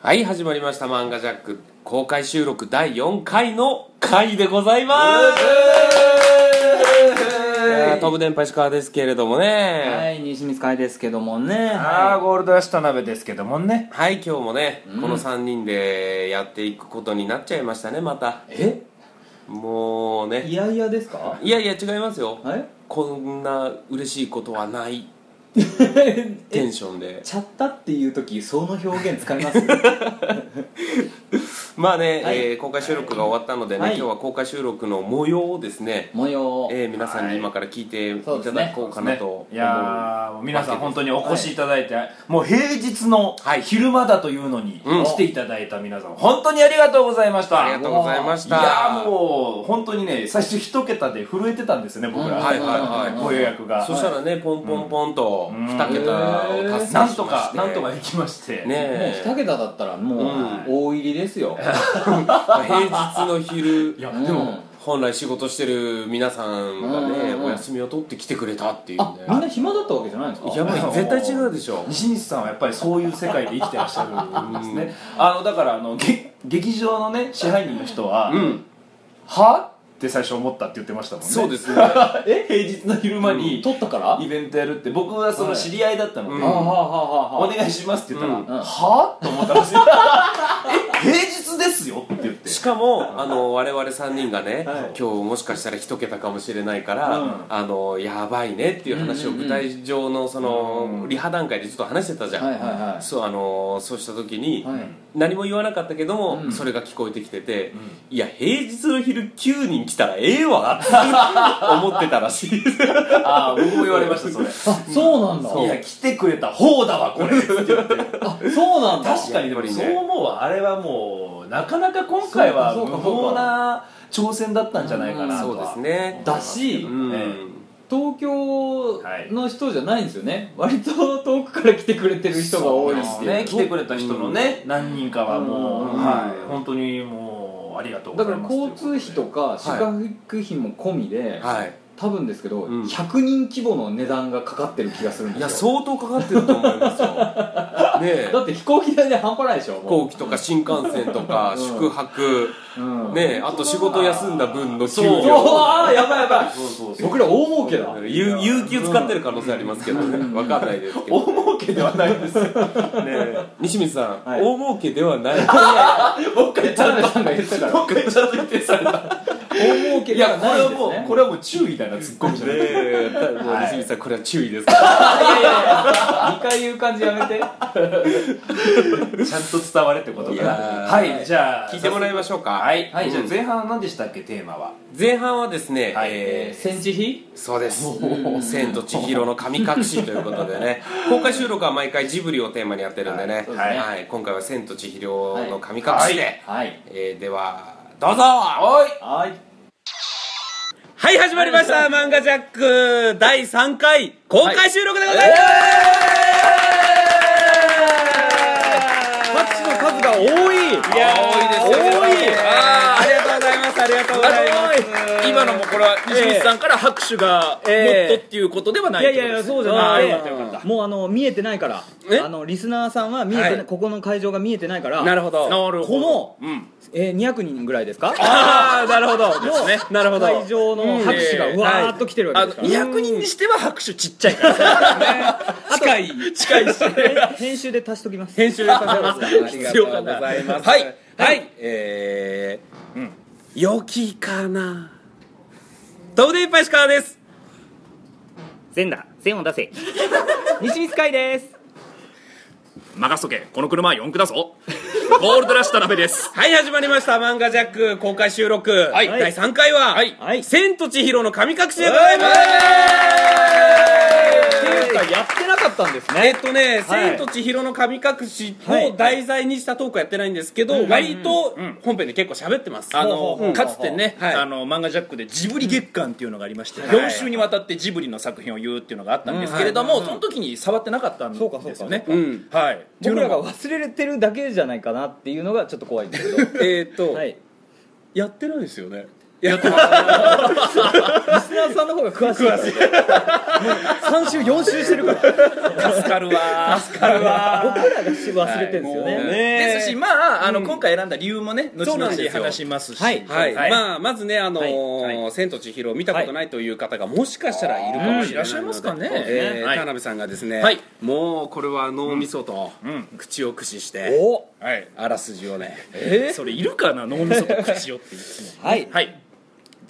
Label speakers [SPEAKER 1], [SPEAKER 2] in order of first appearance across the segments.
[SPEAKER 1] はい始まりました「漫画ジャック」公開収録第4回の回でございますいやー飛ぶ電波石川ですけれども
[SPEAKER 2] は
[SPEAKER 1] ね
[SPEAKER 2] い、西光海ですけどもね。
[SPEAKER 3] あー
[SPEAKER 2] は
[SPEAKER 3] ゴールドラッシュ田辺ですけどもね
[SPEAKER 1] はい、今日もね、この3人でやっていくことになっちゃいましたねまた
[SPEAKER 2] い、え
[SPEAKER 1] もう
[SPEAKER 2] い
[SPEAKER 1] ね
[SPEAKER 2] やいやですか
[SPEAKER 1] いやいや違いますよ
[SPEAKER 2] え
[SPEAKER 1] こんな嬉しいことはないテ
[SPEAKER 2] え
[SPEAKER 1] ンションで
[SPEAKER 2] ちゃったっていう時、その表現使います
[SPEAKER 1] まあね、
[SPEAKER 2] はい
[SPEAKER 1] えー公開収録が終わったのでね、
[SPEAKER 2] はい
[SPEAKER 1] 今日は公開収録の模様をですね、
[SPEAKER 2] 模様を。
[SPEAKER 1] えー皆さんに今から聞いていただこうかなと思う
[SPEAKER 3] いやーもう皆さん本当にお越しいただいて、もう平日の
[SPEAKER 1] はい
[SPEAKER 3] 昼間だというのに
[SPEAKER 1] うん
[SPEAKER 3] 来ていただいた皆さん、本当にありがとうございました
[SPEAKER 1] ありがとうございました
[SPEAKER 3] いやーもう本当にね最初一桁で震えてたんですよね僕ら、
[SPEAKER 2] うん
[SPEAKER 1] はいはいはい
[SPEAKER 3] ご予約が
[SPEAKER 1] そしたらね、ポンポンポンと
[SPEAKER 3] うん
[SPEAKER 1] 2桁を達成しま
[SPEAKER 3] な
[SPEAKER 1] し
[SPEAKER 3] ん
[SPEAKER 1] て、
[SPEAKER 3] とかなんとか行きまして
[SPEAKER 1] ね
[SPEAKER 2] もう
[SPEAKER 1] え
[SPEAKER 2] 2桁だったらもう
[SPEAKER 1] うん
[SPEAKER 2] 大入りですよ、
[SPEAKER 1] 平日の昼
[SPEAKER 3] いや
[SPEAKER 2] うん
[SPEAKER 3] でも、
[SPEAKER 1] 本来仕事してる皆さんがね、
[SPEAKER 2] うん
[SPEAKER 1] お休みを取って来てくれたっていう
[SPEAKER 2] あみん
[SPEAKER 1] ね
[SPEAKER 2] な暇だったわけじゃないんですか
[SPEAKER 1] やばい
[SPEAKER 3] あの
[SPEAKER 1] 絶対違うでしょ
[SPEAKER 3] 西西さんはやっぱりそういう世界で生きてらっしゃるんですね、あのだからあのげ劇場のね支配人の人は「
[SPEAKER 1] うん
[SPEAKER 3] は?」って最初思ったって言ってましたもんね
[SPEAKER 1] そうですね
[SPEAKER 3] え平日の昼間に
[SPEAKER 2] 撮ったから、
[SPEAKER 3] イベントやるって僕はその知り合いだったので、
[SPEAKER 1] うん
[SPEAKER 2] あはあはあはあ
[SPEAKER 3] お願いしますって言ったら「
[SPEAKER 1] うん
[SPEAKER 3] はあ?」と思ったらしいえ平日ですよ」って言って
[SPEAKER 1] しか もあの我々3人がね、
[SPEAKER 2] はい
[SPEAKER 1] 今日もしかしたら1桁かもしれないから、
[SPEAKER 3] うん
[SPEAKER 1] あのやばいねっていう話を
[SPEAKER 2] うんうん
[SPEAKER 1] 舞
[SPEAKER 2] うん
[SPEAKER 1] 台上のその、
[SPEAKER 3] うん
[SPEAKER 1] リハ段階でちょっと話してたじゃん、
[SPEAKER 2] はいはいはい
[SPEAKER 1] そうあのそうした時に、
[SPEAKER 2] はい
[SPEAKER 1] 何も言わなかったけども、
[SPEAKER 2] うん
[SPEAKER 1] それが聞こえてきてて、
[SPEAKER 3] ん
[SPEAKER 1] いや平日の昼9人来たらええわ って思ってたらしいです
[SPEAKER 3] ああ僕も言われましたそれ
[SPEAKER 2] あそうなんだ
[SPEAKER 3] いや来てくれた方だわこれって言って
[SPEAKER 2] あそうなんだ
[SPEAKER 3] 確かにでも
[SPEAKER 1] やっぱり
[SPEAKER 3] そ
[SPEAKER 1] ね
[SPEAKER 3] う思うわあれはもうなかなか今回は
[SPEAKER 2] そうかそうかそうか
[SPEAKER 3] 無謀な挑戦だったんじゃないかなと
[SPEAKER 1] そう
[SPEAKER 3] は
[SPEAKER 1] ですね
[SPEAKER 2] だし
[SPEAKER 1] うん、
[SPEAKER 3] え
[SPEAKER 2] 東京の人じゃないんですよね、割と遠くから来てくれてる人が多いっていう
[SPEAKER 3] ね来てくれた人のね、何人かはもう、
[SPEAKER 2] うん
[SPEAKER 3] はい本当にもうありがとうご
[SPEAKER 2] だ
[SPEAKER 3] ざ
[SPEAKER 2] から
[SPEAKER 3] います
[SPEAKER 2] 交通費とか宿泊費も込みで、
[SPEAKER 1] はい
[SPEAKER 2] 多分ですけど、
[SPEAKER 1] うん
[SPEAKER 2] 100人規模の値段がかかってる気がするん
[SPEAKER 1] い
[SPEAKER 2] で
[SPEAKER 1] や
[SPEAKER 2] すよ
[SPEAKER 1] 相当かかってると思いますよねえ
[SPEAKER 2] だって飛行機代で半端ないでしょ
[SPEAKER 1] 飛
[SPEAKER 2] もう
[SPEAKER 1] 行機とか新幹線とか
[SPEAKER 2] うん
[SPEAKER 1] 宿泊、
[SPEAKER 2] う
[SPEAKER 1] ね
[SPEAKER 2] ん
[SPEAKER 1] えあと仕事休んだ分の給
[SPEAKER 2] う
[SPEAKER 1] 料
[SPEAKER 2] わーやばいやばい
[SPEAKER 3] そうそうそう
[SPEAKER 2] 僕ら大儲けだ
[SPEAKER 1] 有有給使ってる可能性ありますけどね、わかんないですけど、
[SPEAKER 3] 大 儲けではないんですよ
[SPEAKER 1] 西水さん、
[SPEAKER 2] はい
[SPEAKER 1] 大儲けではない
[SPEAKER 3] もう一回ち
[SPEAKER 2] 田
[SPEAKER 3] ゃん
[SPEAKER 2] 辺
[SPEAKER 3] と
[SPEAKER 2] さんが言って たから
[SPEAKER 3] もう一回ちゃんと言ってされた
[SPEAKER 2] 大儲け
[SPEAKER 3] い
[SPEAKER 2] では
[SPEAKER 3] やこ
[SPEAKER 2] な
[SPEAKER 3] れ
[SPEAKER 2] いん
[SPEAKER 3] は
[SPEAKER 2] です
[SPEAKER 3] も
[SPEAKER 2] ね
[SPEAKER 3] うこれはもう注意みたいな突っ込みじゃ
[SPEAKER 1] ね
[SPEAKER 3] ない
[SPEAKER 1] えたもう
[SPEAKER 3] はい
[SPEAKER 1] 西水さんこれは注意ですから
[SPEAKER 2] あいやいやいや2回言う感じやめて
[SPEAKER 3] ちゃんと伝われってこと
[SPEAKER 1] い
[SPEAKER 3] かな
[SPEAKER 1] やー
[SPEAKER 3] はいじゃあ
[SPEAKER 1] 聞いてもらいましょうか
[SPEAKER 3] はい、
[SPEAKER 2] はい
[SPEAKER 3] じゃあ前半は何でしたっけテーマは
[SPEAKER 1] 前半はですね、
[SPEAKER 3] はい
[SPEAKER 1] えー
[SPEAKER 2] 戦時費
[SPEAKER 1] そうです「千と千尋の神隠し」ということでね公開収録は毎回ジブリをテーマにやってるんでね,、は
[SPEAKER 2] はい
[SPEAKER 1] い
[SPEAKER 2] そうですね
[SPEAKER 1] 今回は「千と千尋の神隠しで」
[SPEAKER 2] はい
[SPEAKER 1] えーではどうぞは
[SPEAKER 3] はい
[SPEAKER 2] はい
[SPEAKER 1] い始まりました「漫画ジャック」第3回公開収録でございます、
[SPEAKER 2] 拍手の数が多い
[SPEAKER 1] いや
[SPEAKER 2] 多いですよ
[SPEAKER 1] 多い
[SPEAKER 2] ね
[SPEAKER 1] あーありがとうございますありがとうございます
[SPEAKER 4] 今のもこれは西光さんから拍手がもっと
[SPEAKER 2] ええ
[SPEAKER 4] っていうことではないってことですね
[SPEAKER 2] そうじゃな
[SPEAKER 4] あ
[SPEAKER 2] く
[SPEAKER 4] ー
[SPEAKER 2] て
[SPEAKER 4] よかったよかった
[SPEAKER 2] もうあの見えてないから
[SPEAKER 1] え
[SPEAKER 2] あのリスナーさんは見えてない、
[SPEAKER 4] はい
[SPEAKER 2] ここの会場が見えてないから
[SPEAKER 1] なるほど
[SPEAKER 4] なるほど
[SPEAKER 2] この、
[SPEAKER 4] うん
[SPEAKER 2] えー、200人ぐらいですか
[SPEAKER 4] ああなるほどですね
[SPEAKER 2] なるほど会場の拍手が
[SPEAKER 4] うん
[SPEAKER 2] うわーっと来てるわ
[SPEAKER 4] あ
[SPEAKER 2] け
[SPEAKER 4] の
[SPEAKER 2] ですから、
[SPEAKER 4] 200人にしては拍手ちっちゃい から
[SPEAKER 1] 近い
[SPEAKER 4] 近いし
[SPEAKER 2] へん編集で足しときます
[SPEAKER 1] 編集でさせ ますから
[SPEAKER 4] 必要かな
[SPEAKER 1] ありがとうございます
[SPEAKER 4] はい
[SPEAKER 1] はいえー良きかな飛ぶでいっぱい石川です
[SPEAKER 5] 線だ線を出せ西光海です
[SPEAKER 4] 任せとけこの車は4区だぞゴールドラッシュ田辺です
[SPEAKER 1] はい始まりました「漫画ジャック」公開収録、
[SPEAKER 4] はい
[SPEAKER 1] 第3回は「
[SPEAKER 4] はい
[SPEAKER 2] はい
[SPEAKER 1] 千と千尋の神隠し」でございます
[SPEAKER 2] っていうかやってなかったんですね
[SPEAKER 1] えっとね、
[SPEAKER 2] はい
[SPEAKER 1] 千と千尋の神隠し
[SPEAKER 2] は
[SPEAKER 1] を
[SPEAKER 2] い
[SPEAKER 1] 題材にしたトークはやってないんですけど、割と本編で結構喋ってます。
[SPEAKER 4] あ
[SPEAKER 2] ほうほうほうほ
[SPEAKER 4] の
[SPEAKER 2] う
[SPEAKER 4] かつてね
[SPEAKER 1] はい
[SPEAKER 4] あの漫画ジャックでジブリ月間っていうのがありまして4週にわたってジブリの作品を言うっていうのがあったんですけれどもその時に触ってなかったん
[SPEAKER 2] そうかそうか
[SPEAKER 4] ですよね
[SPEAKER 1] うん
[SPEAKER 4] はいっていう
[SPEAKER 2] 僕
[SPEAKER 4] の
[SPEAKER 2] ら
[SPEAKER 4] が
[SPEAKER 2] が忘れてるだけじゃないかなっていうのがちょっと怖いんですけど
[SPEAKER 1] えっと、
[SPEAKER 2] はい
[SPEAKER 1] やってないですよね。やってます
[SPEAKER 2] リスナーさんの方が詳しいから
[SPEAKER 6] 3週4週してるから
[SPEAKER 3] 助かるわ助かるわ
[SPEAKER 2] 僕らが忘れてるんですよね、
[SPEAKER 3] ですしまああの、今回選んだ理由もね
[SPEAKER 1] そ
[SPEAKER 3] 後
[SPEAKER 1] うな
[SPEAKER 3] 々
[SPEAKER 1] んですよ
[SPEAKER 3] 話しますし
[SPEAKER 6] はい
[SPEAKER 1] はい、
[SPEAKER 3] はい
[SPEAKER 1] まあまずねあのー
[SPEAKER 6] はい
[SPEAKER 1] 千と千尋」を見たことないという方がもしかしたらいるかもしれないので、
[SPEAKER 3] うんいらっしゃいますかね
[SPEAKER 1] えー
[SPEAKER 3] はい
[SPEAKER 1] 田辺さんがですね、
[SPEAKER 3] はい
[SPEAKER 1] もうこれは脳みそと口を駆使して、
[SPEAKER 3] はい
[SPEAKER 1] あらすじをね
[SPEAKER 3] それいるかな脳みそと口をっていう質問
[SPEAKER 6] はい
[SPEAKER 3] はい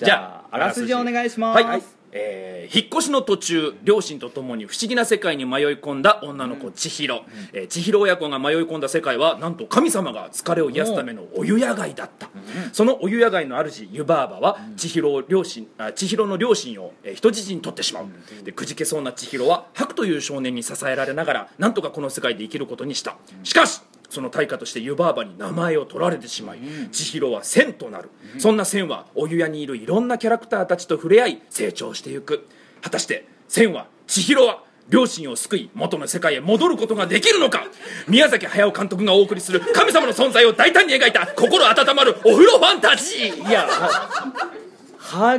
[SPEAKER 6] じゃああらすじお願いします
[SPEAKER 3] はい、えー引っ越しの途中両親と共に不思議な世界に迷い込んだ女の子千尋、えー千尋親子が迷い込んだ世界はなんと神様が疲れを癒すためのお湯屋街だった、そのお湯屋街の主湯婆婆は千尋を両親あ千尋の両親を、えー人質に取ってしまう、でくじけそうな千尋は白という少年に支えられながらなんとかこの世界で生きることにしたしかしその対価として湯婆婆に名前を取られてしまい千尋は千となる、そんな千はお湯屋にいるいろんなキャラクターたちと触れ合い成長していく果たして千は千尋は両親を救い元の世界へ戻ることができるのか宮崎駿監督がお送りする神様の存在を大胆に描いた心温まるお風呂ファンタジーいや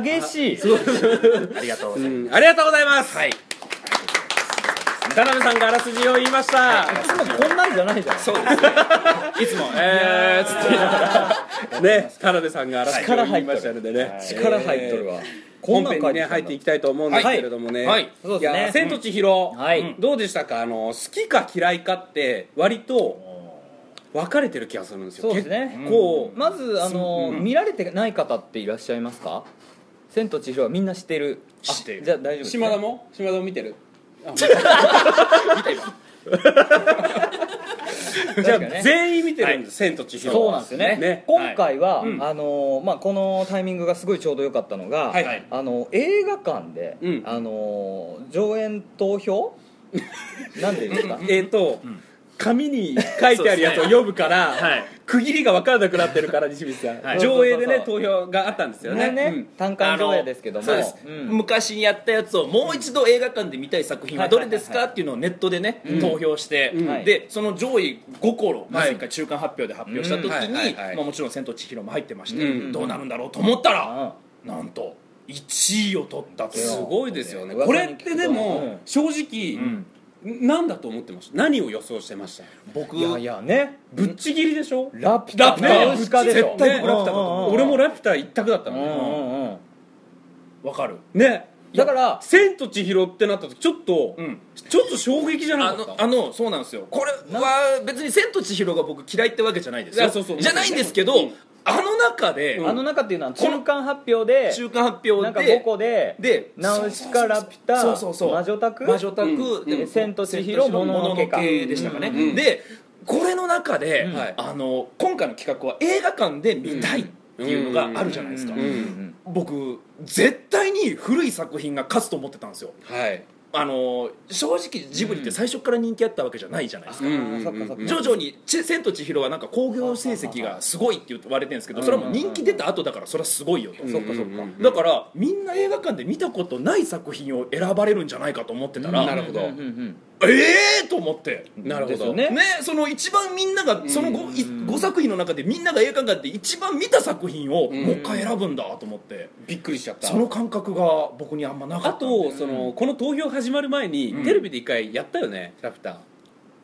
[SPEAKER 6] 激しい
[SPEAKER 3] ありがとうございます、
[SPEAKER 1] ありがとうございます、
[SPEAKER 3] はい
[SPEAKER 1] 田辺さんがあらすじを言いました、
[SPEAKER 2] こんなんじゃないじゃん
[SPEAKER 3] そうですねいつもえーつっ て
[SPEAKER 1] ね、田辺さんが嵐から入りましたのでね
[SPEAKER 2] 力入っとるわ、
[SPEAKER 1] 本編にね入っていきたいと思うんですけれどもね、
[SPEAKER 3] はいはい
[SPEAKER 6] そう
[SPEAKER 1] い
[SPEAKER 6] ですね
[SPEAKER 1] や千と千尋、
[SPEAKER 6] はい
[SPEAKER 1] うんどうでしたかあの好きか嫌いかって割と分かれてる気がするんですよ
[SPEAKER 2] そうですね
[SPEAKER 1] 結構、
[SPEAKER 2] まずあの、見られてない方っていらっしゃいますか「千と千尋」はみんな知ってるあ
[SPEAKER 3] 知ってる
[SPEAKER 2] じゃあ大丈夫ですね
[SPEAKER 1] 島田も島田も見てる
[SPEAKER 2] 確
[SPEAKER 1] じゃあ
[SPEAKER 2] かにね
[SPEAKER 1] 全員見てるんです千と千尋
[SPEAKER 2] そうなんですよね
[SPEAKER 1] ね
[SPEAKER 2] 今回は、あのまあ、このタイミングがすごいちょうど良かったのが、
[SPEAKER 1] はい
[SPEAKER 3] はい
[SPEAKER 2] あの映画館で、
[SPEAKER 1] うん
[SPEAKER 2] あの上演投票なんでですか
[SPEAKER 1] えっ、と、紙に書いてあるやつを読むから、
[SPEAKER 3] はい
[SPEAKER 1] 区切りが分からなくなってるから西光さん、
[SPEAKER 3] はい
[SPEAKER 1] 上映でね
[SPEAKER 2] そう
[SPEAKER 1] 投票があったんですよね
[SPEAKER 2] ねね、
[SPEAKER 1] うん
[SPEAKER 2] 単館上映ですけども
[SPEAKER 3] そうです、
[SPEAKER 2] うん
[SPEAKER 3] 昔にやったやつをもう一度映画館で見たい作品はどれですかっていうのをネットでね、投票して、
[SPEAKER 2] はい
[SPEAKER 3] でその上位5個をまず1回中間発表で発表した時に、
[SPEAKER 1] うんはいはいはい
[SPEAKER 3] まあ、もちろん「千と千尋」も入ってまして、
[SPEAKER 1] うん
[SPEAKER 3] どうなるんだろうと思ったら、なんと1位を取ったという
[SPEAKER 1] すごいですよね
[SPEAKER 2] 噂に聞くと
[SPEAKER 1] これってでも
[SPEAKER 2] うん
[SPEAKER 1] 正直、何だと思ってました何を予想してました
[SPEAKER 3] 僕
[SPEAKER 2] いやいやね
[SPEAKER 1] ぶっちぎりでしょ
[SPEAKER 2] ラピュ
[SPEAKER 1] ラ
[SPEAKER 2] タ
[SPEAKER 1] ピュタ
[SPEAKER 2] ナウシカでしょ
[SPEAKER 1] 絶対僕ラピュタだと
[SPEAKER 2] うんうん
[SPEAKER 1] 思
[SPEAKER 2] う
[SPEAKER 1] うん俺もラピュタ一択だった
[SPEAKER 2] うん
[SPEAKER 1] の
[SPEAKER 2] うんうん
[SPEAKER 3] わかる
[SPEAKER 1] ねね
[SPEAKER 2] だから
[SPEAKER 1] 千と千尋ってなった時ちょっと
[SPEAKER 3] うん
[SPEAKER 1] ちょっと衝撃じゃ
[SPEAKER 3] あ
[SPEAKER 1] なかっ
[SPEAKER 3] の
[SPEAKER 1] た
[SPEAKER 3] あのそうなんですよこれは別に「千と千尋」が僕嫌いってわけじゃないです
[SPEAKER 1] い
[SPEAKER 3] よ
[SPEAKER 1] やそうそう
[SPEAKER 3] じゃないんですけど、
[SPEAKER 1] うん
[SPEAKER 3] あの中で、
[SPEAKER 2] あの中っていうのは中間発表で
[SPEAKER 3] 中間発表で
[SPEAKER 2] なんか5個で
[SPEAKER 3] で
[SPEAKER 2] ナウシカラピュタ
[SPEAKER 3] そうそうそう
[SPEAKER 2] 魔女宅
[SPEAKER 3] 魔女宅、
[SPEAKER 1] うん
[SPEAKER 3] で
[SPEAKER 2] うん千と千尋もののけか
[SPEAKER 3] でしたかね、
[SPEAKER 1] うんうん
[SPEAKER 3] でこれの中で、
[SPEAKER 2] うん
[SPEAKER 1] はい
[SPEAKER 3] あの今回の企画は映画館で見たいっていうのがあるじゃないですか、
[SPEAKER 1] うん
[SPEAKER 3] 僕絶対に古い作品が勝つと思ってたんですよ
[SPEAKER 1] はい
[SPEAKER 3] あの正直ジブリって最初から人気あったわけじゃないじゃないですか、
[SPEAKER 1] うんうん
[SPEAKER 2] そっかそっか
[SPEAKER 1] うん
[SPEAKER 3] 徐々に「ち千と千尋」はなんか興行成績がすごいって言われてるんですけどそれはもう人気出た後だからそれはすごいよと、
[SPEAKER 1] うん
[SPEAKER 2] そっかそっか
[SPEAKER 1] うん
[SPEAKER 3] だからみんな映画館で見たことない作品を選ばれるんじゃないかと思ってたら、
[SPEAKER 1] なるほど
[SPEAKER 2] うんうんうん
[SPEAKER 3] ええー、と思って
[SPEAKER 2] うん
[SPEAKER 1] なるほ
[SPEAKER 2] ですよ
[SPEAKER 1] ど
[SPEAKER 2] ね
[SPEAKER 3] ねその一番みんながその 5,、い五作品の中でみんなが映画館で一番見た作品を
[SPEAKER 1] ん
[SPEAKER 3] もう一回選ぶんだと思って、
[SPEAKER 1] びっくりしちゃった
[SPEAKER 3] その感覚が僕にあんまなか
[SPEAKER 1] あ
[SPEAKER 3] ったんで
[SPEAKER 1] とそのこの投票始まる前に
[SPEAKER 3] うん
[SPEAKER 1] テレビで一回やったよねラピュタ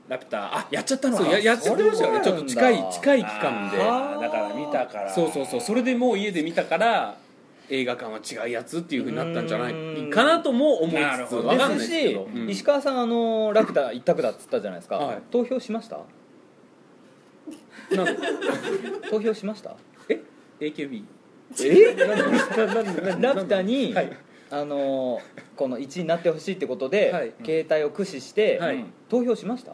[SPEAKER 1] ラピュタあ
[SPEAKER 3] あやっちゃったのか
[SPEAKER 1] そうややっちゃってましたよねち
[SPEAKER 2] そ
[SPEAKER 1] ょ
[SPEAKER 2] う
[SPEAKER 1] っと
[SPEAKER 2] なんだ
[SPEAKER 1] 近い近い期間で
[SPEAKER 3] あーだから見たから
[SPEAKER 1] そうそうそうそれでもう家で見たから映画館は違うやつっていうふうになったんじゃないかなとも思い
[SPEAKER 3] なる
[SPEAKER 1] つつ
[SPEAKER 3] ほど
[SPEAKER 1] わかん
[SPEAKER 2] で
[SPEAKER 1] な
[SPEAKER 2] す
[SPEAKER 1] いですけ
[SPEAKER 2] し
[SPEAKER 1] ど、うん
[SPEAKER 2] 石川さんあのラピュタ一択だっつったじゃないですか、
[SPEAKER 1] はい
[SPEAKER 2] 投票しました
[SPEAKER 1] なん
[SPEAKER 2] 投票しました
[SPEAKER 1] え AKB
[SPEAKER 2] えラピュタに、
[SPEAKER 1] はい
[SPEAKER 2] あのこの1位になってほしいってことで、
[SPEAKER 1] はい
[SPEAKER 2] 携帯を駆使して、
[SPEAKER 1] はい
[SPEAKER 2] 投票しました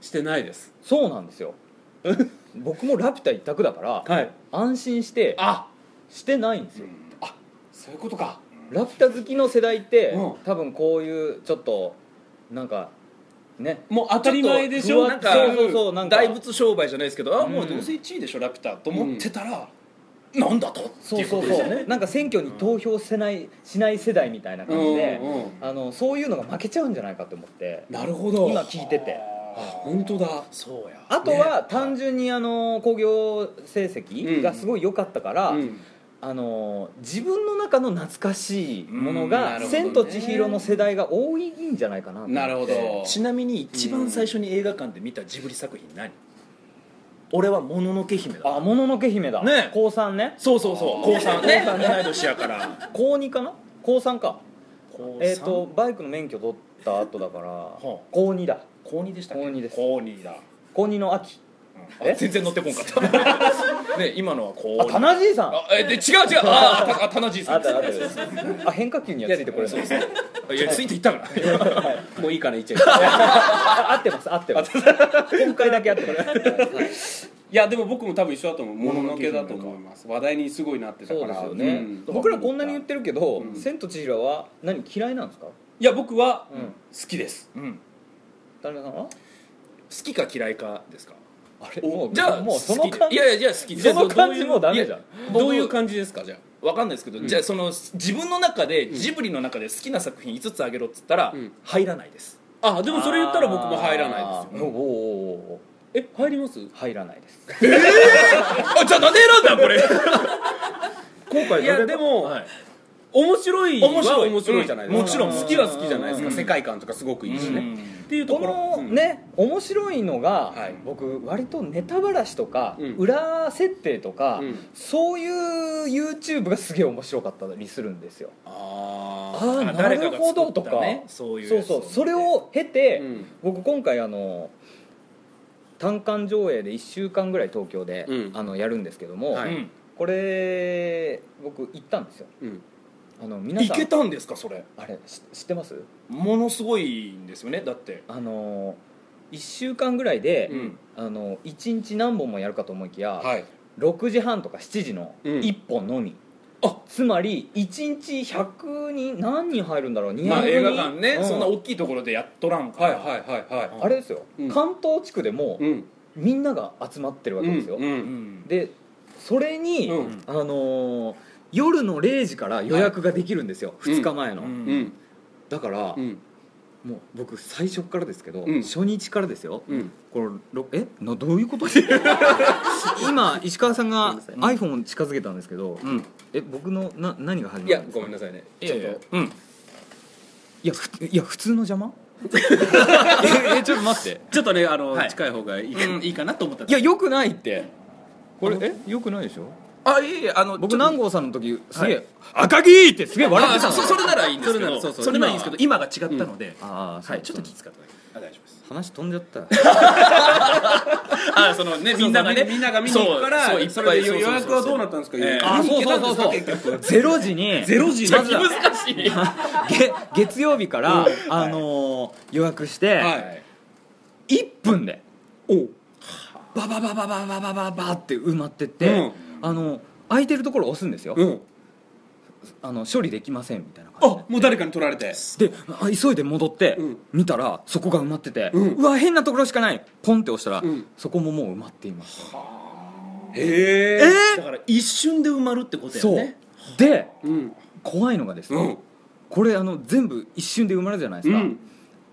[SPEAKER 1] してないです
[SPEAKER 2] そうなんで すよ僕もラピュタ一択だから
[SPEAKER 1] はい
[SPEAKER 2] 安心して
[SPEAKER 1] あ
[SPEAKER 2] してないんですよ、
[SPEAKER 1] そういうことか
[SPEAKER 2] ラピュタ好きの世代って、
[SPEAKER 1] うん
[SPEAKER 2] 多分こういうちょっとなんかね
[SPEAKER 1] もう当たり前でし
[SPEAKER 3] ちょ
[SPEAKER 1] ょな
[SPEAKER 3] っとなんん
[SPEAKER 1] か
[SPEAKER 3] か
[SPEAKER 2] そうそうそうなんか
[SPEAKER 3] 大仏商売じゃないですけど、あもうどうせ1位でしょラピュタと思ってたら、なんだとって
[SPEAKER 2] そ
[SPEAKER 3] いうう
[SPEAKER 2] そ
[SPEAKER 3] こと
[SPEAKER 2] う
[SPEAKER 3] です
[SPEAKER 2] そ
[SPEAKER 3] よね
[SPEAKER 2] うなんか選挙に投票せないしない世代みたいな感じで、あのそういうのが負けちゃうんじゃないかと思って
[SPEAKER 1] なるほど
[SPEAKER 2] 今聞いてて
[SPEAKER 1] あ本当だ
[SPEAKER 3] そうや
[SPEAKER 2] あとは単純にあの興行成績がすごい良かったから、
[SPEAKER 1] うん
[SPEAKER 2] あの自分の中の懐かしいもの
[SPEAKER 1] うんな
[SPEAKER 2] が「
[SPEAKER 1] るほどね
[SPEAKER 2] 千と千尋」の世代が多いんじゃないかなと思って
[SPEAKER 1] なるほど
[SPEAKER 3] ちなみに一番最初に映画館で見たジブリ作品何俺は「もののけ姫」だ
[SPEAKER 2] あもののけ姫だ
[SPEAKER 3] ね
[SPEAKER 2] 高3ね
[SPEAKER 3] そうそうそう高3ね 同い年やから
[SPEAKER 2] 高2かな高3か
[SPEAKER 3] 高
[SPEAKER 2] えっ、とバイクの免許取った後だから
[SPEAKER 3] あ
[SPEAKER 2] 高2だ
[SPEAKER 3] 高2でしたっけ
[SPEAKER 2] 高二です
[SPEAKER 3] 高2だ
[SPEAKER 2] 高2の秋
[SPEAKER 3] あ
[SPEAKER 2] え
[SPEAKER 3] 全然乗ってこんか ったね今のは高
[SPEAKER 2] あ
[SPEAKER 3] 2
[SPEAKER 2] 田名爺さん
[SPEAKER 3] あえで違う違うああたあ田名爺
[SPEAKER 2] あ
[SPEAKER 3] さん
[SPEAKER 2] っ
[SPEAKER 3] です
[SPEAKER 2] たあったあ変化球にはついてこれない
[SPEAKER 3] いやついていったからね
[SPEAKER 7] もういいから言っちゃ
[SPEAKER 2] あ合ってます合ってます今回だけ合ってます
[SPEAKER 1] いやでも僕も多分一緒だと思うもののけだと思います話題にすごいなってた
[SPEAKER 2] そ
[SPEAKER 1] か
[SPEAKER 2] うで
[SPEAKER 1] ら
[SPEAKER 2] すよね、
[SPEAKER 1] うん
[SPEAKER 2] 僕らこんなに言ってるけど
[SPEAKER 1] う
[SPEAKER 2] 「
[SPEAKER 1] ん
[SPEAKER 2] 千と千尋」は何嫌いなんですか、
[SPEAKER 1] いや僕は
[SPEAKER 2] うん、
[SPEAKER 1] 好きです
[SPEAKER 3] うん
[SPEAKER 2] 田中さんは
[SPEAKER 3] 好きか嫌いかですか
[SPEAKER 2] あれもう
[SPEAKER 3] じゃあ
[SPEAKER 2] もうそ
[SPEAKER 3] 好
[SPEAKER 2] の
[SPEAKER 3] きで
[SPEAKER 2] 感
[SPEAKER 3] い
[SPEAKER 2] じ
[SPEAKER 3] やいやじゃあ好きです
[SPEAKER 2] その感じもうダメじゃん
[SPEAKER 1] どういう感じですかじゃあ
[SPEAKER 3] わかんないですけど、じゃあその自分の中でジブリの中で好きな作品5つあげろっつったら、
[SPEAKER 1] うん
[SPEAKER 3] 入らないです
[SPEAKER 1] あでもそれ言ったら僕も入らないです
[SPEAKER 2] よおーおーおーおー
[SPEAKER 1] え入ります
[SPEAKER 2] 入らないです
[SPEAKER 3] あじゃあ何で選んだんこれ
[SPEAKER 2] 今回
[SPEAKER 1] いやでも、面白いは面白いじゃないですか、
[SPEAKER 3] もちろん
[SPEAKER 1] 好きは好きじゃないですか、世界観とかすごくいいしね、っていうと
[SPEAKER 2] こ
[SPEAKER 1] ころ
[SPEAKER 2] の
[SPEAKER 1] うん
[SPEAKER 2] ね面白いのが、
[SPEAKER 1] はい
[SPEAKER 2] 僕割とネタばらしとか、
[SPEAKER 1] うん
[SPEAKER 2] 裏設定とか、
[SPEAKER 1] うん
[SPEAKER 2] そういう YouTube がすげえ面白かったりするんですよ
[SPEAKER 1] あ
[SPEAKER 2] ああなるほどとか、
[SPEAKER 3] ね、そういう
[SPEAKER 2] そう
[SPEAKER 3] やつ
[SPEAKER 2] そ
[SPEAKER 3] を
[SPEAKER 2] うそれを経て、
[SPEAKER 1] うん
[SPEAKER 2] 僕今回あの単館上映で1週間ぐらい東京で、
[SPEAKER 1] うん
[SPEAKER 2] あのやるんですけども、
[SPEAKER 1] は
[SPEAKER 3] う
[SPEAKER 1] い
[SPEAKER 3] ん
[SPEAKER 2] これ僕行ったんですよ
[SPEAKER 1] うん
[SPEAKER 2] あの皆
[SPEAKER 3] い
[SPEAKER 2] さん
[SPEAKER 3] けたんですかそれ
[SPEAKER 2] あれし知ってます
[SPEAKER 3] ものすごいんですよねだって
[SPEAKER 2] あの1週間ぐらいで、
[SPEAKER 1] うん
[SPEAKER 2] あの1日何本もやるかと思いきや、
[SPEAKER 1] はい
[SPEAKER 2] 6時半とか7時の
[SPEAKER 1] うん
[SPEAKER 2] 1本のみ、
[SPEAKER 3] あ
[SPEAKER 2] つまり1日100人何人入るんだろう200人、
[SPEAKER 3] まあ映画館ね、
[SPEAKER 2] うん
[SPEAKER 3] そんな大きいところでやっとらんか
[SPEAKER 1] はい
[SPEAKER 3] ら、
[SPEAKER 1] はいはいは
[SPEAKER 2] あれですよ、
[SPEAKER 1] うん
[SPEAKER 2] 関東地区でも
[SPEAKER 1] いうん
[SPEAKER 2] みんなが集まってるわけですよ、
[SPEAKER 1] うんうん
[SPEAKER 3] ん
[SPEAKER 2] でそれに、
[SPEAKER 1] うん
[SPEAKER 2] あのー夜の0時から予約ができるんですよ、
[SPEAKER 1] い
[SPEAKER 2] 2日前の、
[SPEAKER 3] うん
[SPEAKER 1] うん
[SPEAKER 2] だから、
[SPEAKER 1] うん
[SPEAKER 2] もう僕最初からですけど、
[SPEAKER 1] うん
[SPEAKER 2] 初日からですよ、
[SPEAKER 1] うん
[SPEAKER 2] これろえなどういうこと 今石川さんが iPhone を近づけたんですけど、
[SPEAKER 3] ん
[SPEAKER 2] え僕のな何が始ま
[SPEAKER 1] いや
[SPEAKER 2] るんです
[SPEAKER 1] ご
[SPEAKER 2] か
[SPEAKER 1] めんなさいね
[SPEAKER 3] いやいやうん
[SPEAKER 2] いやふいや普通の 邪魔えちょっと待って
[SPEAKER 1] ちょっとねあの、
[SPEAKER 3] はい
[SPEAKER 1] 近い方がいいか,、いいかなと思ったん
[SPEAKER 2] い
[SPEAKER 1] です
[SPEAKER 2] やよくないってこれえよくないでしょ
[SPEAKER 3] あいえいえあの
[SPEAKER 2] 僕
[SPEAKER 3] ちょっと
[SPEAKER 2] 南郷さんの時すげえ、
[SPEAKER 3] は
[SPEAKER 2] 赤木ってすげえ笑って
[SPEAKER 3] あ
[SPEAKER 2] た
[SPEAKER 3] そ
[SPEAKER 2] の
[SPEAKER 3] そそれならいいんですけ
[SPEAKER 1] それな
[SPEAKER 3] どそ
[SPEAKER 1] らそうそう
[SPEAKER 3] れならいいんですけど今が違ったので、
[SPEAKER 2] ああ
[SPEAKER 3] はいちょっと
[SPEAKER 2] き
[SPEAKER 3] 気遣ってあ大丈夫です
[SPEAKER 2] 話飛んじゃった
[SPEAKER 3] あそのねみんながね
[SPEAKER 1] みんなが見に行くから
[SPEAKER 3] そ
[SPEAKER 1] そう
[SPEAKER 3] そういっぱい
[SPEAKER 1] れで
[SPEAKER 3] そうそうそう
[SPEAKER 1] 予約はどうなったんですか、
[SPEAKER 3] ええ
[SPEAKER 1] あ そうそう
[SPEAKER 2] そう
[SPEAKER 1] そう
[SPEAKER 2] 0時に
[SPEAKER 1] ゼロ時
[SPEAKER 3] まずは 難しい
[SPEAKER 2] げ月曜日から、あのー予約して、
[SPEAKER 1] はい
[SPEAKER 2] 1分でおバババババババババって埋まってって、
[SPEAKER 1] うん
[SPEAKER 2] あの空いてるところ押すんですよ、
[SPEAKER 1] うん
[SPEAKER 2] あの処理できませんみたいな
[SPEAKER 1] あ
[SPEAKER 2] 感
[SPEAKER 1] もう誰かに取られて
[SPEAKER 2] じであ急いで戻って、
[SPEAKER 1] うん
[SPEAKER 2] 見たらそこが埋まってて、う
[SPEAKER 1] うん
[SPEAKER 2] わ変なところしかないポンって押したら、
[SPEAKER 1] うん
[SPEAKER 2] そこももう埋まっていました
[SPEAKER 1] へえ
[SPEAKER 3] だから一瞬で埋まるってことや
[SPEAKER 2] そう、
[SPEAKER 3] ね
[SPEAKER 2] で
[SPEAKER 1] うん
[SPEAKER 2] 怖いのがです
[SPEAKER 1] う
[SPEAKER 2] ね、
[SPEAKER 1] ん
[SPEAKER 2] これあの全部一瞬で埋まるじゃないで
[SPEAKER 1] う
[SPEAKER 2] すか、
[SPEAKER 1] ん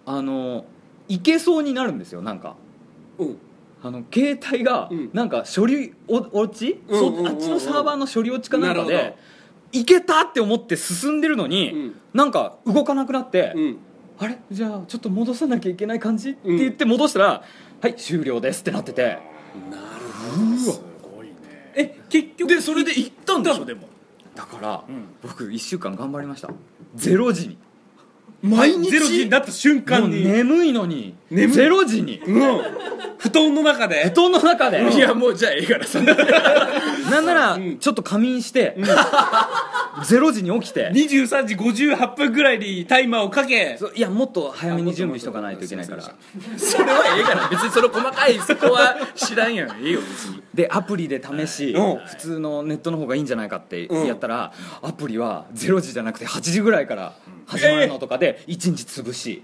[SPEAKER 2] あのいけそうになるんですよなんか
[SPEAKER 1] うん
[SPEAKER 2] あの携帯が
[SPEAKER 1] うん
[SPEAKER 2] なんか処理お落ち、
[SPEAKER 1] うんうんうんうん
[SPEAKER 2] そあっちのサーバーの処理落ちかなんか
[SPEAKER 1] なるほ
[SPEAKER 2] でいけたって思って進んでるのに、
[SPEAKER 1] うん
[SPEAKER 2] なんか動かなくなって、
[SPEAKER 1] うん
[SPEAKER 2] あれじゃあちょっと戻さなきゃいけない感
[SPEAKER 1] うん
[SPEAKER 2] じ、って言って戻したら「はい終了です」ってなってて
[SPEAKER 1] え結局
[SPEAKER 3] でそれで行ったんでしょでも
[SPEAKER 2] だから、
[SPEAKER 3] ん
[SPEAKER 2] 僕1週間頑張りました0時に
[SPEAKER 1] 毎日ゼロ時になった瞬
[SPEAKER 2] もう
[SPEAKER 1] 間に、
[SPEAKER 2] 眠いのに
[SPEAKER 1] 眠い
[SPEAKER 2] 0時に
[SPEAKER 1] うん布団の中で
[SPEAKER 2] 布団の中で
[SPEAKER 3] いやもうじゃあええからさ
[SPEAKER 2] なんなら
[SPEAKER 1] うん
[SPEAKER 2] ちょっと仮眠して、0時に起きて
[SPEAKER 1] 23時58分ぐらいにタイマーをかけ
[SPEAKER 2] そういやもっと早めに準備しとかないといけないから
[SPEAKER 3] それはええから別にその細かいそこは知らんやんええよ別に
[SPEAKER 2] でアプリで試し
[SPEAKER 1] うん
[SPEAKER 2] 普通のネットの方がいいんじゃないかって
[SPEAKER 1] うん
[SPEAKER 2] やったらアプリは0時じゃなくて8時ぐらいから始まるのとかで1日潰し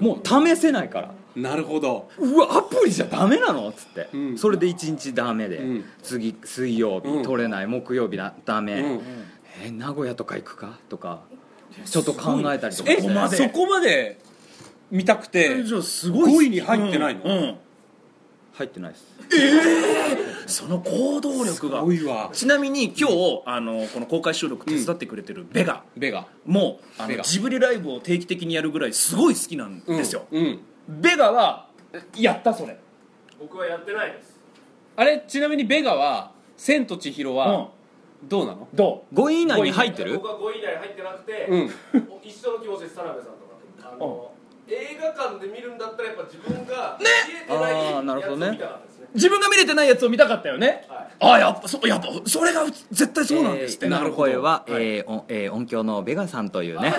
[SPEAKER 2] もう試せないから
[SPEAKER 1] なるほど
[SPEAKER 2] うわアプリじゃダメなのっつって、
[SPEAKER 1] ん
[SPEAKER 2] それで1日ダメで、
[SPEAKER 1] うん
[SPEAKER 2] 次水曜日、
[SPEAKER 1] うん
[SPEAKER 2] 取れない木曜日だダメ、
[SPEAKER 1] うん
[SPEAKER 2] えー名古屋とか行くかとかちょっと考えたりとか
[SPEAKER 1] え
[SPEAKER 2] して
[SPEAKER 1] そこまで見たくて
[SPEAKER 3] ゃあす
[SPEAKER 1] ごいっす5位に入ってないの
[SPEAKER 3] うんうん
[SPEAKER 2] 入ってないです
[SPEAKER 3] その行動力が
[SPEAKER 1] 多いわ
[SPEAKER 3] ちなみに今日あのこの公開収録手伝ってくれてるベガ
[SPEAKER 1] ベガ
[SPEAKER 3] もあ
[SPEAKER 1] ベ
[SPEAKER 3] の
[SPEAKER 1] ガ
[SPEAKER 3] ジブリライブを定期的にやるぐらいすごい好きなんですよ、
[SPEAKER 1] うん
[SPEAKER 3] ベガはやったそれ
[SPEAKER 8] 僕はやってないです
[SPEAKER 1] あれちなみにベガは「千と千尋」
[SPEAKER 3] うん
[SPEAKER 1] はどうなの
[SPEAKER 3] どう
[SPEAKER 2] 5位以内に入ってる
[SPEAKER 8] 僕は5位以内入ってなくて、
[SPEAKER 1] うん
[SPEAKER 8] 一緒の気持ちです田辺さんとかあの、映画館で見るんだったらやっぱ自分が
[SPEAKER 3] ね
[SPEAKER 8] 見えてない
[SPEAKER 2] あーなる
[SPEAKER 8] や
[SPEAKER 2] ほ
[SPEAKER 8] つを
[SPEAKER 2] どね
[SPEAKER 8] 見たかったですね
[SPEAKER 3] 自分が見れてないやつを見たかったよね、
[SPEAKER 8] はい
[SPEAKER 3] ああやっぱそやっぱそれが絶対そうなんですって、
[SPEAKER 2] えー今の声は、
[SPEAKER 3] なるほど
[SPEAKER 2] えーおえー音響のベガさんというね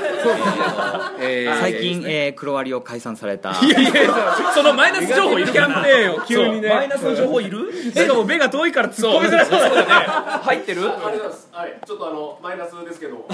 [SPEAKER 1] えー
[SPEAKER 2] 最近、えー、黒割を解散された
[SPEAKER 3] いやいやいやそのマイナス情報いるかな
[SPEAKER 2] ペーンを
[SPEAKER 3] 急にねマイナスの情報いるしかも目が遠いから突っ込みづらそうだね入ってる
[SPEAKER 8] ありがとうございます、はい、ちょっとあのマイナスですけど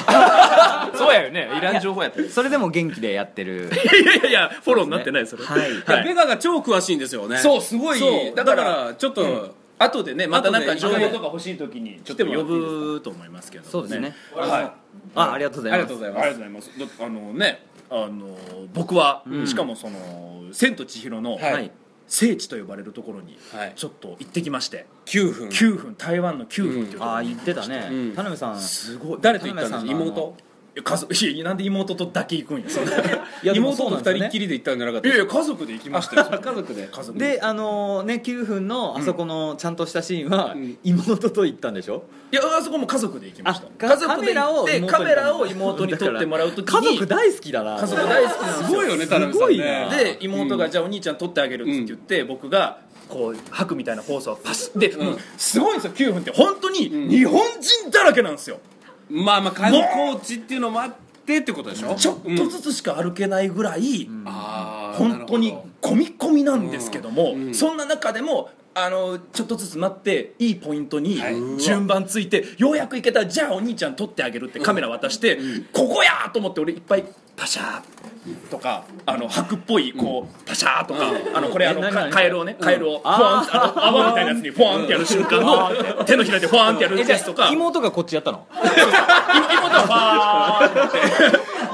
[SPEAKER 3] そうやよねいらん情報やったい
[SPEAKER 2] それでも元気でやって る
[SPEAKER 3] やいやいやフォローになってないそれ
[SPEAKER 2] はい
[SPEAKER 1] いやベガが超詳しいんですよね
[SPEAKER 3] そうすごい
[SPEAKER 1] そうだ
[SPEAKER 3] だ
[SPEAKER 1] か
[SPEAKER 3] から
[SPEAKER 1] らちょっと後でねまたなんか情報
[SPEAKER 3] とか欲しい時にちょっ
[SPEAKER 1] と
[SPEAKER 3] と
[SPEAKER 1] 呼
[SPEAKER 3] 呼
[SPEAKER 1] ぶ
[SPEAKER 3] ぶと思いますけど
[SPEAKER 2] そうですね
[SPEAKER 3] はい
[SPEAKER 2] あありがとうござ
[SPEAKER 1] あり
[SPEAKER 2] いま
[SPEAKER 1] が
[SPEAKER 2] す
[SPEAKER 1] とうござい
[SPEAKER 3] あ
[SPEAKER 1] ま
[SPEAKER 3] りがとうございますだあのねあの僕は、しかもその「千と千尋」の
[SPEAKER 1] はい
[SPEAKER 2] はい
[SPEAKER 3] 聖地と呼ばれるところに
[SPEAKER 1] はい
[SPEAKER 3] ちょっと行ってきまして、
[SPEAKER 1] す9分
[SPEAKER 3] 九分台湾の9分っていうとこ
[SPEAKER 2] あ
[SPEAKER 3] ろ
[SPEAKER 2] あ
[SPEAKER 3] に
[SPEAKER 2] 言ってたね、
[SPEAKER 1] うん
[SPEAKER 2] 田辺さん
[SPEAKER 3] すごい
[SPEAKER 1] 誰と行ったんです
[SPEAKER 2] 田辺さんのあの
[SPEAKER 1] 妹
[SPEAKER 3] いや家族いやなんで妹とだけ行くんやそんない
[SPEAKER 2] いやでもそ
[SPEAKER 1] 妹
[SPEAKER 2] う
[SPEAKER 1] と
[SPEAKER 2] な
[SPEAKER 1] 二人っ
[SPEAKER 2] んですよね
[SPEAKER 1] きりで行ったんじゃなかった
[SPEAKER 3] やいや家族で行きましたよそれ
[SPEAKER 1] 家族で
[SPEAKER 3] 家族で
[SPEAKER 2] であのね9分のあそこのちゃんとしたシーンは、妹と行ったんでしょ
[SPEAKER 3] いやあそこも家族で行きました
[SPEAKER 2] あ
[SPEAKER 3] 家族で行って
[SPEAKER 2] カ
[SPEAKER 3] カ
[SPEAKER 2] メ
[SPEAKER 3] メ
[SPEAKER 2] ラ
[SPEAKER 3] ラ
[SPEAKER 2] を
[SPEAKER 3] を
[SPEAKER 2] 妹
[SPEAKER 3] 妹
[SPEAKER 2] に
[SPEAKER 3] に
[SPEAKER 2] 撮っ
[SPEAKER 3] 撮ってて
[SPEAKER 2] も
[SPEAKER 3] も
[SPEAKER 2] ら
[SPEAKER 3] ら
[SPEAKER 2] う
[SPEAKER 3] う
[SPEAKER 2] と
[SPEAKER 3] と
[SPEAKER 2] き
[SPEAKER 3] き
[SPEAKER 2] 家
[SPEAKER 3] に
[SPEAKER 2] 族大好きだな
[SPEAKER 3] 家族大好きなんですす
[SPEAKER 1] ごいよね田辺
[SPEAKER 2] す
[SPEAKER 1] さ
[SPEAKER 2] ご
[SPEAKER 1] ん
[SPEAKER 2] い
[SPEAKER 1] ね
[SPEAKER 2] な
[SPEAKER 3] で妹が「じゃあお兄ちゃん撮ってあげる」って言って、僕がこう吐くみたいなポーズをパシッで、うんすごいんですよ9分って本当に日本人だらけなんですよ、
[SPEAKER 1] まあまあ観光地っていうのもあってってことでしょ
[SPEAKER 3] ちょっとずつしか歩けないぐらい、
[SPEAKER 1] あー
[SPEAKER 3] 本当
[SPEAKER 1] な
[SPEAKER 3] に
[SPEAKER 1] るほ
[SPEAKER 3] 込み込みなんですけども、
[SPEAKER 1] うんうん
[SPEAKER 3] そんな中でもあのちょっとずつ待っていいポイントに順番ついて、ようやく行けたじゃあお兄ちゃん撮ってあげるってカメラ渡して、ここやと思って俺いっぱいパシャーとかあの白っぽいこう、パシャーとか、あのこれあの
[SPEAKER 2] 何
[SPEAKER 3] か
[SPEAKER 2] 何
[SPEAKER 3] カエルをねカエルをフォワンあの泡みたいなやつにフォワンってやる瞬間の手のひらでフォワンってやるやつとか
[SPEAKER 2] 妹がこっちやったの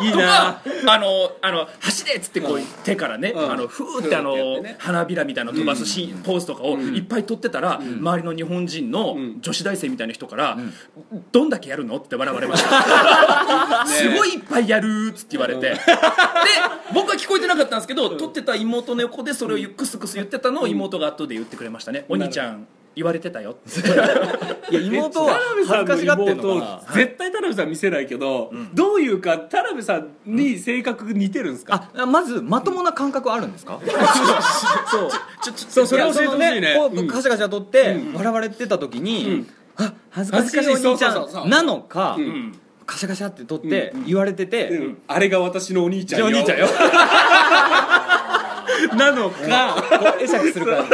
[SPEAKER 3] いいなあのあの走れっつってこう手からね、
[SPEAKER 1] ん
[SPEAKER 3] あのふーってあ
[SPEAKER 1] ふーってやっ
[SPEAKER 3] の
[SPEAKER 1] てね
[SPEAKER 3] 花びらみたいなの飛ばすシーン、ポーズとかをいっぱい撮ってたら、周りの日本人の女子大生みたいな人から、どんだけやるのって笑われました、すごいいっぱいやるーっつって言われて、で僕は聞こえてなかったんですけど 撮ってた妹の横でそれをゆっくすくす言ってたのを妹が後で言ってくれましたね、お兄ちゃん言われてたよって
[SPEAKER 2] いや妹は恥ずかしがってんのかな
[SPEAKER 1] 絶対田辺さん見せないけど、どういうか田辺さんに性格似てるんですか、
[SPEAKER 2] あまずまともな感覚あるんですかそう
[SPEAKER 3] ちょちょ
[SPEAKER 1] そうそれ教えてほしいね
[SPEAKER 2] こう
[SPEAKER 1] うん
[SPEAKER 2] カシャカシャ撮って笑われてた時にあ恥ずかしい
[SPEAKER 1] 恥ず
[SPEAKER 2] お
[SPEAKER 1] かしい
[SPEAKER 2] 兄ちゃ
[SPEAKER 1] そうそうそうそうん
[SPEAKER 2] なのか
[SPEAKER 3] ん
[SPEAKER 2] カシャカシャって撮って言われてて
[SPEAKER 1] うんあれが私のお兄ちゃんよ
[SPEAKER 2] じゃあお兄ちゃんよ
[SPEAKER 1] なのか
[SPEAKER 2] 会釈するからね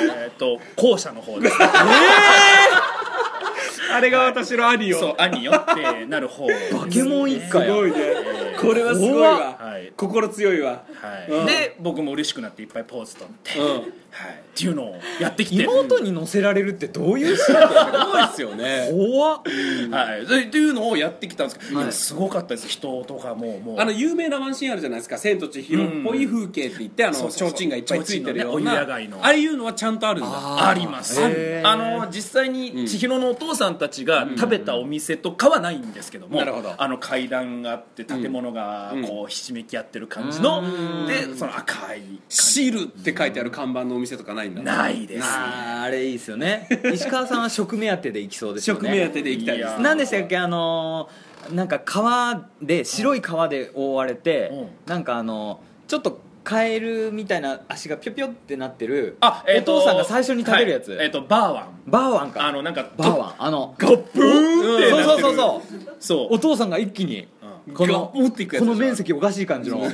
[SPEAKER 3] えーっと校舎の方です
[SPEAKER 1] あれが私の兄よ
[SPEAKER 3] そう兄よってなる方
[SPEAKER 2] バケモン一
[SPEAKER 1] す
[SPEAKER 2] 家や
[SPEAKER 1] ごいねこれはすごいわ、
[SPEAKER 3] はい
[SPEAKER 1] 心強いわ、
[SPEAKER 3] はい
[SPEAKER 1] うん
[SPEAKER 3] で僕も嬉しくなっていっぱいポーズとって、
[SPEAKER 1] うん
[SPEAKER 3] はい、っていうのをやってきて、
[SPEAKER 2] 妹に乗せられるってどういうシーン
[SPEAKER 1] すごいっすよ ね
[SPEAKER 2] 怖っ
[SPEAKER 3] はい、でっていうのをやってきたんですけど、でもすごかったです人とかももう
[SPEAKER 1] あの有名なワンシーンあるじゃないですか「千と千尋っぽい風景」って言ってあの
[SPEAKER 3] そうそうそう
[SPEAKER 1] 提灯がいっぱいついてるよう
[SPEAKER 3] 提灯のねお湯
[SPEAKER 1] な
[SPEAKER 3] 屋街の
[SPEAKER 1] ああいうのはちゃんとあるんだ
[SPEAKER 3] あります
[SPEAKER 2] へー
[SPEAKER 3] あの実際に千尋のお父さんたちが食べたお店とかはないんですけども、
[SPEAKER 1] なるほど
[SPEAKER 3] あの階段があって建物が
[SPEAKER 1] うん
[SPEAKER 3] こうひしめき合ってる感じの、でその赤い
[SPEAKER 1] 「シール」って書いてある看板のお店とかないんだ
[SPEAKER 3] ないです
[SPEAKER 2] あーあれいいですよね石川さんは食目当てで行きそうですよ
[SPEAKER 1] 食
[SPEAKER 2] ね
[SPEAKER 1] 目当てで行きたいです
[SPEAKER 3] いや
[SPEAKER 2] 何でしたっけあのーなんか皮で白い皮で覆われて、
[SPEAKER 3] う
[SPEAKER 2] なんかあのちょっとカエルみたいな足がピョピョってなってる
[SPEAKER 3] あえーと
[SPEAKER 2] お父さんが最初に食べるやつ、
[SPEAKER 3] はいえっ、とバーワン
[SPEAKER 2] バーワンか
[SPEAKER 3] あのなんか
[SPEAKER 2] バーワンあの
[SPEAKER 3] ガプーンって
[SPEAKER 2] そう
[SPEAKER 3] なっ
[SPEAKER 2] そうそ
[SPEAKER 3] てる
[SPEAKER 2] うそう
[SPEAKER 3] そう
[SPEAKER 2] お父さんが一気に、この
[SPEAKER 1] ガッ持っていくやつ
[SPEAKER 2] こ
[SPEAKER 1] でしょ
[SPEAKER 2] の面積おかしい感じのうー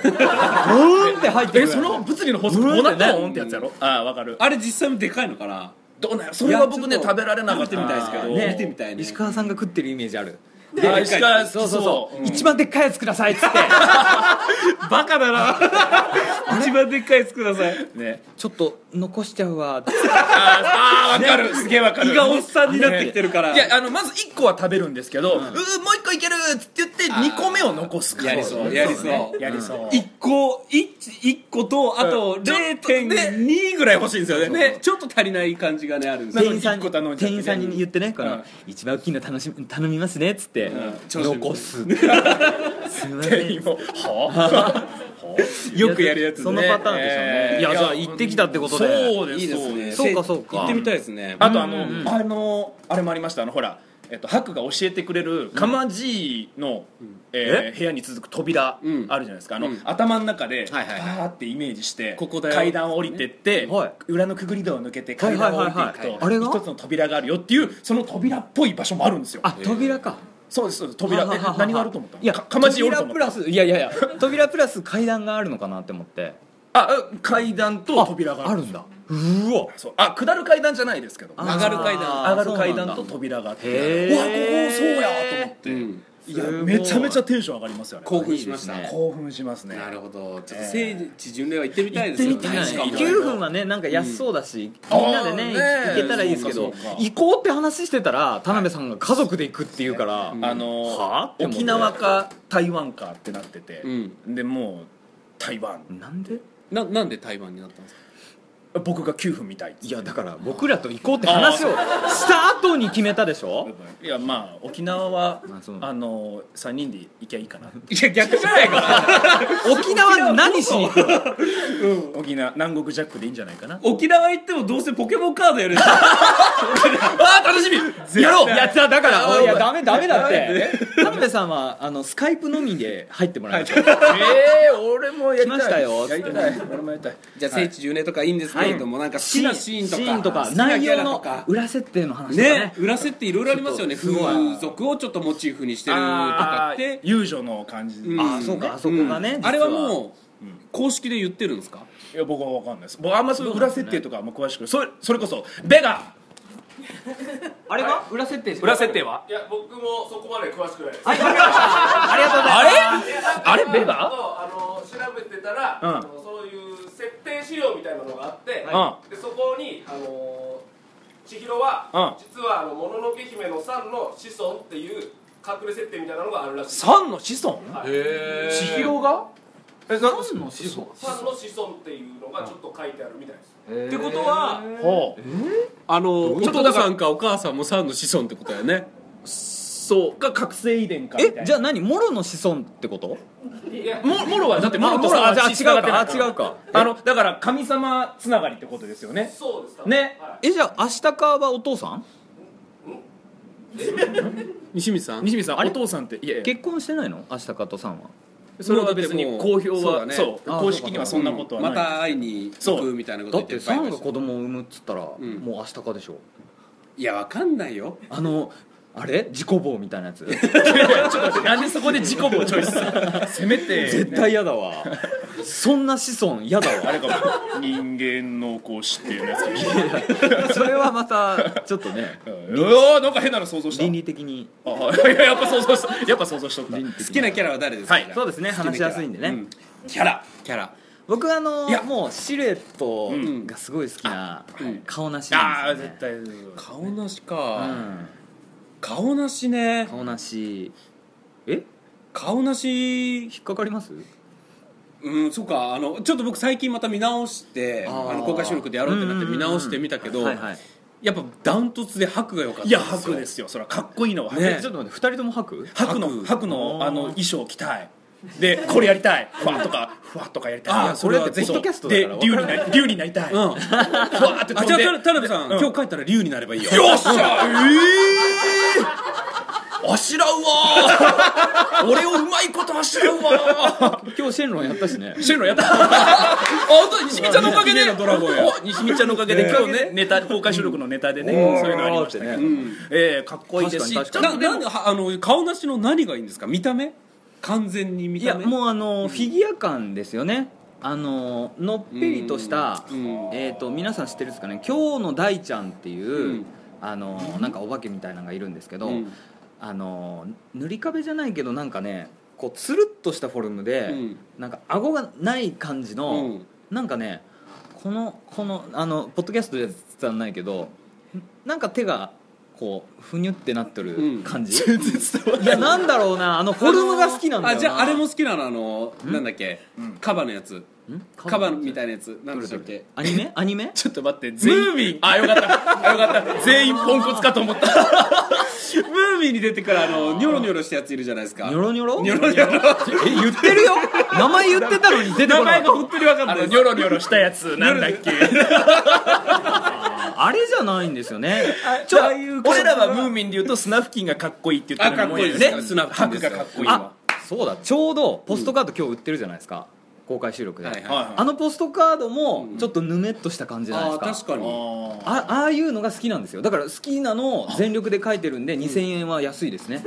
[SPEAKER 2] んって入ってく
[SPEAKER 3] え
[SPEAKER 2] る
[SPEAKER 3] その物理の法則こうなったのってやつやろああわかる
[SPEAKER 1] あれ実際もでかいのかな
[SPEAKER 3] どうなんやそれは僕ね
[SPEAKER 1] いやちょっと
[SPEAKER 3] 食べられなかった
[SPEAKER 1] 食べてみたいですけど
[SPEAKER 3] あーね
[SPEAKER 1] 見てみたいね
[SPEAKER 2] 石川さんが食ってるイメージある
[SPEAKER 7] であ石川
[SPEAKER 2] そうそうそう、
[SPEAKER 1] ん
[SPEAKER 2] 一番でっかいやつくださいっつって
[SPEAKER 3] バカ だな一番でっかいやつください
[SPEAKER 2] ねちょっと残しちゃうわ
[SPEAKER 3] あーわかるすげえわかる胃がおっさんになってきてるからいやあのまず1個は食べるんですけど、うーもう1個いけるっつって言って2個目を残すからやりそう
[SPEAKER 1] やりそう
[SPEAKER 3] やりそう、
[SPEAKER 1] 一個一一個とあと零点
[SPEAKER 3] 2ぐらい欲しいんですよね
[SPEAKER 1] ねちょっと足りない感じがねあるんです
[SPEAKER 2] 店
[SPEAKER 1] よ
[SPEAKER 2] 員さん
[SPEAKER 3] 一個頼んじゃっ
[SPEAKER 2] 店
[SPEAKER 3] てね
[SPEAKER 2] 員さんに言ってねこの、
[SPEAKER 3] うん
[SPEAKER 2] 一番大きいの楽しみ頼みますねっつって、残す すいません
[SPEAKER 3] もは
[SPEAKER 1] よくやるやつね
[SPEAKER 2] そのパターンでしょうね、
[SPEAKER 3] えー
[SPEAKER 2] いやじゃあ行ってきたってことで
[SPEAKER 3] そうです
[SPEAKER 1] いいですね
[SPEAKER 2] そうかそうか
[SPEAKER 1] 行ってみたいですね
[SPEAKER 3] あとあの、あのあれもありましたあのほらえっと、ハクが教えてくれるかまじいの、えー部屋に続く扉ある
[SPEAKER 1] うん
[SPEAKER 3] じゃないですか、あの
[SPEAKER 1] うん
[SPEAKER 3] 頭の中でパ
[SPEAKER 1] はいはいはい
[SPEAKER 3] ーってイメージして
[SPEAKER 1] ここだよ
[SPEAKER 3] 階段を降りてって、
[SPEAKER 2] はい
[SPEAKER 3] 裏のくぐり戸を抜けて階段を降りていく
[SPEAKER 2] はいはいはいはいあれが
[SPEAKER 3] と一つの扉があるよっていうその扉っぽい場所もあるんですよ
[SPEAKER 2] あ扉か
[SPEAKER 3] そうですそうです扉
[SPEAKER 2] ははは
[SPEAKER 3] え
[SPEAKER 2] は
[SPEAKER 3] 何があると思ったの
[SPEAKER 2] いや
[SPEAKER 3] かかまじいおると
[SPEAKER 2] 扉
[SPEAKER 3] 思っ
[SPEAKER 2] プ
[SPEAKER 3] た
[SPEAKER 2] ラスいやいやいや扉プラス階段があるのかなって思って
[SPEAKER 3] あ階段と扉が
[SPEAKER 2] あるんだ
[SPEAKER 3] うわそうあ下る階段じゃないですけど
[SPEAKER 2] あ
[SPEAKER 3] 上
[SPEAKER 2] ー
[SPEAKER 3] がる階段上がる階
[SPEAKER 2] そうな
[SPEAKER 3] 段
[SPEAKER 2] ん
[SPEAKER 3] と
[SPEAKER 2] だ
[SPEAKER 3] 扉があって
[SPEAKER 2] へ
[SPEAKER 3] う
[SPEAKER 2] ー
[SPEAKER 3] わここそうやと
[SPEAKER 1] う
[SPEAKER 3] 思
[SPEAKER 1] ん
[SPEAKER 3] っていやめちゃめちゃテンション上がりますよね
[SPEAKER 1] 興奮しました
[SPEAKER 3] 興奮しますね
[SPEAKER 1] なるほどちょっと聖地巡礼は行ってみたいです
[SPEAKER 3] 行ってみたい
[SPEAKER 1] しかも
[SPEAKER 3] ね
[SPEAKER 2] 9分はねなんか安そうだし、
[SPEAKER 3] うん
[SPEAKER 2] みんなでね
[SPEAKER 3] あーね
[SPEAKER 2] 行けたらいいですけ
[SPEAKER 3] そ
[SPEAKER 2] ど
[SPEAKER 3] うかそうか
[SPEAKER 2] 行こうって話してたら田辺さんが家族で行くっていうから、
[SPEAKER 3] あのー
[SPEAKER 2] はあって思って
[SPEAKER 3] 沖縄か台湾かってなってて
[SPEAKER 1] う
[SPEAKER 3] でもう台湾
[SPEAKER 2] なんで
[SPEAKER 1] ななんで台湾になったんですか
[SPEAKER 3] 僕が9分みたいっつっ
[SPEAKER 2] い
[SPEAKER 3] て
[SPEAKER 2] やだから僕らと行こうって話をした後に決めたでしょ
[SPEAKER 3] いやまあ沖縄は
[SPEAKER 2] あそう
[SPEAKER 3] あのー3人で行きゃいいかない
[SPEAKER 1] や逆じゃないか
[SPEAKER 2] 沖縄何しに行くの
[SPEAKER 3] 沖縄南国ジャックでいいんじゃないかな
[SPEAKER 1] 沖縄行ってもどうせポケモンカードやるし
[SPEAKER 3] あ楽しみやろう
[SPEAKER 2] いやだだからいやダメダメだって田辺さんはあのスカイプのみで入ってもらいましょう
[SPEAKER 3] えー、俺もやりたい
[SPEAKER 2] 来ましたよ
[SPEAKER 3] やりたい俺もやりたい
[SPEAKER 1] じゃあ聖地巡礼とかいいんですけれどもなんか好きなシーンとか好きな
[SPEAKER 2] 内
[SPEAKER 1] キャ
[SPEAKER 2] 容
[SPEAKER 1] ラと
[SPEAKER 2] の
[SPEAKER 1] か
[SPEAKER 2] 裏設定の話とかね
[SPEAKER 1] ね裏設定いろいろありますよね
[SPEAKER 2] ちょっとすごい
[SPEAKER 1] 風俗をちょっとモチーフにしてるとか
[SPEAKER 3] あ
[SPEAKER 1] って
[SPEAKER 3] ー遊女の感じ、
[SPEAKER 1] うん
[SPEAKER 3] あ
[SPEAKER 2] あそうかあそこがね
[SPEAKER 1] うん
[SPEAKER 2] 実は
[SPEAKER 1] あれはもう公式で言ってるんですか
[SPEAKER 3] いや僕は分かんないです僕あんまそういう裏設定とかも詳しくそれそれこそベガ
[SPEAKER 8] あれが裏設定
[SPEAKER 3] 裏設定はい
[SPEAKER 6] や僕もそこまで詳しくないです
[SPEAKER 8] はいわかりましたありがとうござい
[SPEAKER 3] あ
[SPEAKER 8] ます
[SPEAKER 3] れあれベガ
[SPEAKER 6] あの調べてたら、
[SPEAKER 3] うん
[SPEAKER 6] あのそういう設定資料みたいなのがあって、
[SPEAKER 3] は
[SPEAKER 6] でそこにあの千尋は、
[SPEAKER 3] うん
[SPEAKER 6] 実はあのもののけ姫のさんの子孫っていう隠れ設定みたいなのがあるらしいです
[SPEAKER 3] サンの子孫
[SPEAKER 8] 千尋が
[SPEAKER 3] えな
[SPEAKER 8] 何の子孫
[SPEAKER 6] さんの子孫っていうのがちょっと書いてあるみたいです
[SPEAKER 1] ってことは
[SPEAKER 3] ほう
[SPEAKER 1] あのお父さんかお母さんもサンの子孫ってことだよね
[SPEAKER 3] そうが覚醒遺伝かみたいな
[SPEAKER 2] えじゃあ何モロの子孫ってこと
[SPEAKER 3] ももろはだってもろ
[SPEAKER 2] モ
[SPEAKER 3] と
[SPEAKER 2] ロ
[SPEAKER 3] さ
[SPEAKER 2] はじゃあ
[SPEAKER 3] 血繋がってない
[SPEAKER 2] 違うかあ違うか
[SPEAKER 3] あのだから神様つながりってことですよね
[SPEAKER 6] そうですか
[SPEAKER 3] ね
[SPEAKER 6] はい
[SPEAKER 2] えじゃあ明日かはお父さん
[SPEAKER 1] 西光さん
[SPEAKER 3] 西光さんお父さんっていやいや
[SPEAKER 2] 結婚してないの明日かとさんは
[SPEAKER 3] それは別に
[SPEAKER 1] もうだってもう
[SPEAKER 3] 公表
[SPEAKER 1] そう
[SPEAKER 3] は
[SPEAKER 1] だね
[SPEAKER 3] そう
[SPEAKER 2] あ
[SPEAKER 3] 公式にはそんなことはない
[SPEAKER 1] また会いに行くみたいなこと
[SPEAKER 2] だ
[SPEAKER 1] 言っ
[SPEAKER 2] っ
[SPEAKER 1] て
[SPEAKER 2] て
[SPEAKER 1] る場
[SPEAKER 2] さ
[SPEAKER 1] 合
[SPEAKER 2] ん
[SPEAKER 1] で
[SPEAKER 2] が
[SPEAKER 1] す
[SPEAKER 2] 子供を産むっつったらもうん明日かでしょ
[SPEAKER 1] いやわかんないよ
[SPEAKER 2] あのあれ自己棒みたいなや つ
[SPEAKER 3] ちょっと待ってなんでそこで自己棒チョイスする せめて
[SPEAKER 2] 絶対嫌だわそんな子孫嫌だ
[SPEAKER 3] あ
[SPEAKER 2] わ
[SPEAKER 3] れかも 人間のこう知ってるや つ
[SPEAKER 2] それはまたちょっとね
[SPEAKER 3] うわーなんか変なの想像した
[SPEAKER 2] 倫理的に
[SPEAKER 3] あはいややっぱ想像したやっぱ想像しとった
[SPEAKER 1] 好きなキャラは誰ですか
[SPEAKER 3] はい
[SPEAKER 2] そうですね話しやすいんでね、
[SPEAKER 1] うんキャラキャラ
[SPEAKER 2] 僕あの
[SPEAKER 3] いや
[SPEAKER 2] もうシルエット
[SPEAKER 1] ん
[SPEAKER 2] がすごい好きな
[SPEAKER 1] うん
[SPEAKER 2] 顔なし
[SPEAKER 3] あ
[SPEAKER 2] な
[SPEAKER 3] あ
[SPEAKER 2] んですよ
[SPEAKER 3] 絶
[SPEAKER 2] ね、
[SPEAKER 3] 対
[SPEAKER 1] 顔なし
[SPEAKER 2] う
[SPEAKER 1] か
[SPEAKER 2] ん
[SPEAKER 1] 顔なしね
[SPEAKER 2] 顔なしえ
[SPEAKER 1] 顔なし
[SPEAKER 2] 引っかかります
[SPEAKER 1] うんそうかあのちょっと僕最近また見直して
[SPEAKER 2] あー
[SPEAKER 1] あの公開収録でやろうってなって
[SPEAKER 2] うんうんうん
[SPEAKER 1] 見直してみたけど
[SPEAKER 2] はいはい
[SPEAKER 1] やっぱダントツで白が良かった
[SPEAKER 3] いや白ですよそれはかっこいいのは
[SPEAKER 1] ね
[SPEAKER 3] 白
[SPEAKER 2] ちょっと待って2人とも吐く
[SPEAKER 3] 白の
[SPEAKER 1] 白
[SPEAKER 3] 白の
[SPEAKER 2] あー
[SPEAKER 3] あの衣装着たいでこれやりたいふわとかふわとかやりたい
[SPEAKER 1] あー
[SPEAKER 3] いや
[SPEAKER 1] それは
[SPEAKER 3] はそう
[SPEAKER 2] ポッドキャストだから
[SPEAKER 3] で竜になり竜になりたいふ
[SPEAKER 1] うん
[SPEAKER 3] わ
[SPEAKER 1] あ
[SPEAKER 3] ーって飛
[SPEAKER 1] じゃ
[SPEAKER 3] ん
[SPEAKER 1] あ
[SPEAKER 3] で
[SPEAKER 1] 田田辺さん
[SPEAKER 3] うん
[SPEAKER 1] 今日帰ったら竜になればいいよ
[SPEAKER 3] よ っしゃええー、あしらうわー 俺をうまいことあしらうわー
[SPEAKER 2] 今日シェンロンやったしね
[SPEAKER 3] シェンロンやった あ本当に西見ちゃんのおか げで
[SPEAKER 1] ドラゴンや
[SPEAKER 3] お西見ちゃんのおかげで今日ねネタ公開収録のネタでねそういうのありましたけ
[SPEAKER 1] う
[SPEAKER 3] ど
[SPEAKER 1] ん
[SPEAKER 3] えーかっこいいですし
[SPEAKER 2] 確
[SPEAKER 3] ち
[SPEAKER 2] か
[SPEAKER 3] ょっ
[SPEAKER 1] な
[SPEAKER 3] とで
[SPEAKER 1] なん
[SPEAKER 3] も
[SPEAKER 1] ではあの顔なしの何がいいんですか見た目完全に見
[SPEAKER 2] い
[SPEAKER 1] た
[SPEAKER 2] や
[SPEAKER 1] 目
[SPEAKER 2] もうあのフィギュア感ですよねあののっぺりとした
[SPEAKER 1] うん
[SPEAKER 2] えっと皆さん知ってるんですかね今日の大ちゃんっていううんあのなんかお化けみたいなのがいるんですけど
[SPEAKER 1] うん
[SPEAKER 2] あの塗り壁じゃないけどなんかねこうつるっとしたフォルムで、
[SPEAKER 1] うん
[SPEAKER 2] なんか顎がない感じの、
[SPEAKER 1] うん
[SPEAKER 2] なんかねこのこのあのポッドキャストじゃ伝わんないけどなんか手がこうふにゅってなってる感じ、いやなんだろうなあのフォルムが好きなんだよ
[SPEAKER 1] あ
[SPEAKER 2] な
[SPEAKER 1] じゃああれも好きなのあのなんだっけカバのやつ
[SPEAKER 2] ん
[SPEAKER 1] カバみたいなやつなんでしたっけ
[SPEAKER 2] アニメアニメ
[SPEAKER 1] ちょっと待って全
[SPEAKER 3] ムーミンあよかったあよかった全員ポンコツかと思った
[SPEAKER 1] ムーミーに出てくるあのニョロニョロしたやついるじゃないですか
[SPEAKER 2] ニョロニョロ
[SPEAKER 1] ニョロニョロ
[SPEAKER 2] え言ってるよ名前言ってたのに出てこ
[SPEAKER 1] 名
[SPEAKER 2] な
[SPEAKER 1] 前
[SPEAKER 2] い
[SPEAKER 1] が本当に分かんな
[SPEAKER 3] あ
[SPEAKER 1] い
[SPEAKER 3] の
[SPEAKER 1] です
[SPEAKER 3] ニョロニョロしたやつなんだっけ
[SPEAKER 2] あれじゃないんですよね
[SPEAKER 3] ちょ俺らはムーミンで言うとスナフキンがかっこいいって言っ
[SPEAKER 1] あ
[SPEAKER 3] て
[SPEAKER 1] か
[SPEAKER 3] る
[SPEAKER 1] っ
[SPEAKER 3] の
[SPEAKER 1] こ
[SPEAKER 3] も
[SPEAKER 1] いい
[SPEAKER 3] よ
[SPEAKER 1] ですか
[SPEAKER 3] ね
[SPEAKER 1] らスナフキンです
[SPEAKER 3] ハグがかっこいい
[SPEAKER 2] あそうだちょうどポストカード今日売ってるじゃないですか、公開収録で、
[SPEAKER 1] はいはい
[SPEAKER 3] はい
[SPEAKER 2] あのポストカードもちょっとぬめっとした感じじゃない
[SPEAKER 1] あ
[SPEAKER 2] で
[SPEAKER 1] あ
[SPEAKER 2] すか
[SPEAKER 1] 確かに
[SPEAKER 2] あああいうのが好きなんですよだから好きなのを全力で書いてるんで2000円は安いですね、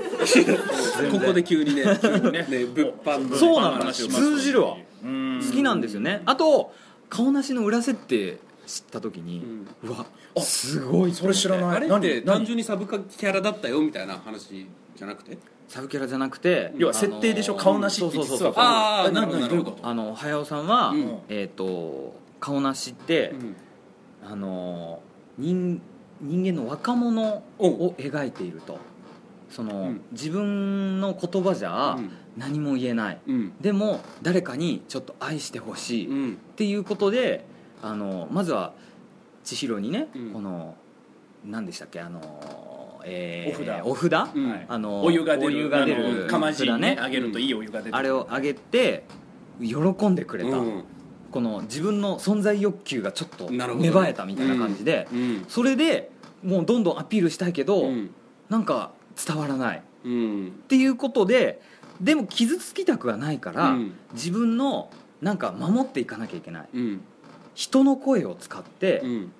[SPEAKER 1] ここで急にね急にねね物販の
[SPEAKER 2] そうなんだ
[SPEAKER 1] 話をまず
[SPEAKER 2] 通じるわ
[SPEAKER 3] うん
[SPEAKER 2] 好きなんですよねあと顔なしの裏設定知った時に、うわすごい
[SPEAKER 3] それ知らない
[SPEAKER 1] あれって単純にサブカキャラだったよみたいな話じゃなくて
[SPEAKER 2] サブキャラじゃなくて
[SPEAKER 3] 要は設定でしょ顔なしって実はこう
[SPEAKER 1] ああなるほどなるほ
[SPEAKER 3] 何どういう
[SPEAKER 1] ど
[SPEAKER 3] こ
[SPEAKER 2] あの早尾さんは、
[SPEAKER 1] うん
[SPEAKER 2] えっ、と顔なしって、
[SPEAKER 1] うん
[SPEAKER 2] あの人人間の若者
[SPEAKER 1] お
[SPEAKER 2] を描いているとその、
[SPEAKER 1] うん
[SPEAKER 2] 自分の言葉じゃ
[SPEAKER 1] うん
[SPEAKER 2] 何も言えない、
[SPEAKER 1] うん
[SPEAKER 2] でも誰かにちょっと愛してほしい、
[SPEAKER 1] う
[SPEAKER 2] っ
[SPEAKER 1] ん
[SPEAKER 2] ていうことであのまずは千尋にね、
[SPEAKER 1] うん
[SPEAKER 2] この何でしたっけあの、えー
[SPEAKER 3] お
[SPEAKER 2] お札、
[SPEAKER 1] うん
[SPEAKER 2] あの
[SPEAKER 3] お湯が出
[SPEAKER 2] お
[SPEAKER 3] る
[SPEAKER 2] 湯が出る
[SPEAKER 3] あのかまじにね
[SPEAKER 2] 札
[SPEAKER 3] あげるといいお湯が出てくる
[SPEAKER 2] あれをあげて喜んでくれた、
[SPEAKER 1] うん
[SPEAKER 2] この自分の存在欲求がちょっと
[SPEAKER 1] なるほど
[SPEAKER 2] 芽生えたみたいな感じで、
[SPEAKER 1] うん
[SPEAKER 2] それでもうどんどんアピールしたいけど、
[SPEAKER 1] うん
[SPEAKER 2] なんか伝わらないっ
[SPEAKER 1] うん
[SPEAKER 2] ていうことででも傷つきたくはないから、
[SPEAKER 1] うん
[SPEAKER 2] 自分のなんか守っていかなきゃいけない
[SPEAKER 1] うん
[SPEAKER 2] 人の声を使って
[SPEAKER 1] うん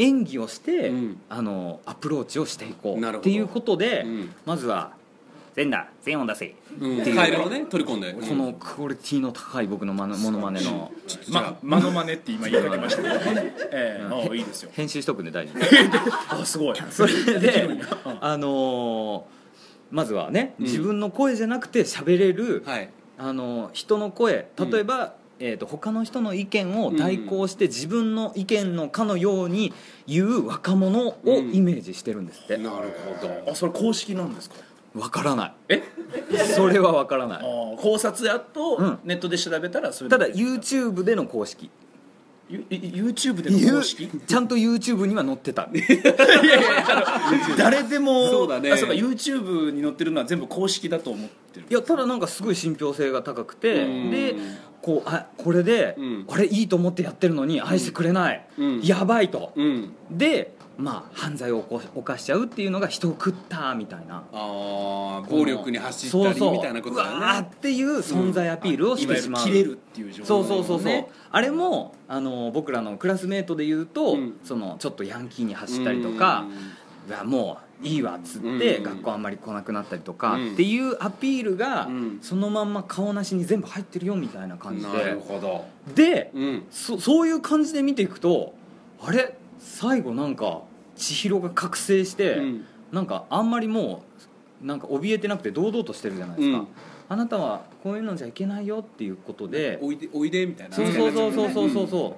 [SPEAKER 2] 演技をして、
[SPEAKER 1] うん
[SPEAKER 2] あのアプローチをしていこ
[SPEAKER 1] なる
[SPEAKER 2] う
[SPEAKER 1] ほど
[SPEAKER 2] っていうことで、
[SPEAKER 1] うん
[SPEAKER 2] まずは
[SPEAKER 5] 全裸全音出せ
[SPEAKER 1] うんカエルをね取り込んで
[SPEAKER 2] このクオリティの高い僕のマネモノマネの
[SPEAKER 3] ま、マノマネって今言いかけましたけど、 ええああいいですよ
[SPEAKER 2] 編集しとくんで大丈夫
[SPEAKER 3] あすごい
[SPEAKER 2] それで、あのーまずはね、
[SPEAKER 1] うん
[SPEAKER 2] 自分の声じゃなくて喋れる、
[SPEAKER 1] はい
[SPEAKER 2] あのー人の声
[SPEAKER 1] うん
[SPEAKER 2] 例えば、えー、と他の人の意見を代行して、自分の意見のかのように言う若者を
[SPEAKER 1] うん
[SPEAKER 2] イメージしてるんですって、
[SPEAKER 1] なるほど
[SPEAKER 3] あそれ公式なんですか
[SPEAKER 2] わからない
[SPEAKER 3] え
[SPEAKER 2] それはわからな
[SPEAKER 3] あ
[SPEAKER 2] い
[SPEAKER 3] ー考察や
[SPEAKER 2] う
[SPEAKER 3] と
[SPEAKER 2] ん
[SPEAKER 3] ネットで調べたらそれ
[SPEAKER 2] ただ YouTube での公式
[SPEAKER 3] ゆ YouTube での公式
[SPEAKER 2] ちゃんと YouTube には載ってた
[SPEAKER 3] 誰でも
[SPEAKER 1] そうだね
[SPEAKER 3] あそうか YouTube に載ってるのは全部公式だと思ってる
[SPEAKER 2] いやただなんかすごい信憑性が高くて
[SPEAKER 1] うん
[SPEAKER 2] でこうあこれで、
[SPEAKER 1] うん
[SPEAKER 2] あれいいと思ってやってるのに愛してくれない、
[SPEAKER 1] うん
[SPEAKER 2] やばいと、
[SPEAKER 1] うん
[SPEAKER 2] でまあ犯罪を起こ犯しちゃうっていうのが人を食ったみたいな
[SPEAKER 1] ああ暴力に走ったりみたいなことだ
[SPEAKER 2] そうそううわー
[SPEAKER 1] よ
[SPEAKER 2] っ
[SPEAKER 1] ね
[SPEAKER 2] ていう存在アピールをし
[SPEAKER 3] いわ
[SPEAKER 2] て
[SPEAKER 3] ゆ
[SPEAKER 2] し
[SPEAKER 3] る
[SPEAKER 2] まう、
[SPEAKER 3] 切れるっていう状態
[SPEAKER 2] そうそうそうそう、
[SPEAKER 1] ね
[SPEAKER 2] あれもあの僕らのクラスメートで言うと、
[SPEAKER 1] うん
[SPEAKER 2] そのちょっとヤンキーに走ったりとか、いやもういいわっつって
[SPEAKER 1] うん
[SPEAKER 2] 学校あんまり来なくなったりとか、
[SPEAKER 1] うん
[SPEAKER 2] っていうアピールが、
[SPEAKER 1] うん
[SPEAKER 2] そのまんま顔なしに全部入ってるよみたいな感じ
[SPEAKER 1] なる
[SPEAKER 2] で
[SPEAKER 1] ほど
[SPEAKER 2] で、
[SPEAKER 1] うん
[SPEAKER 2] そそういう感じで見ていくとあれ最後なんか千尋が覚醒して、
[SPEAKER 1] うん
[SPEAKER 2] なんかあんまりもうなんか怯えてなくて堂々としてるじゃないですか、
[SPEAKER 1] うん
[SPEAKER 2] あなたはこういうのじゃいけないよっていうことで
[SPEAKER 1] おいでおいでみたいな
[SPEAKER 2] そうそうそうそうそうそうそ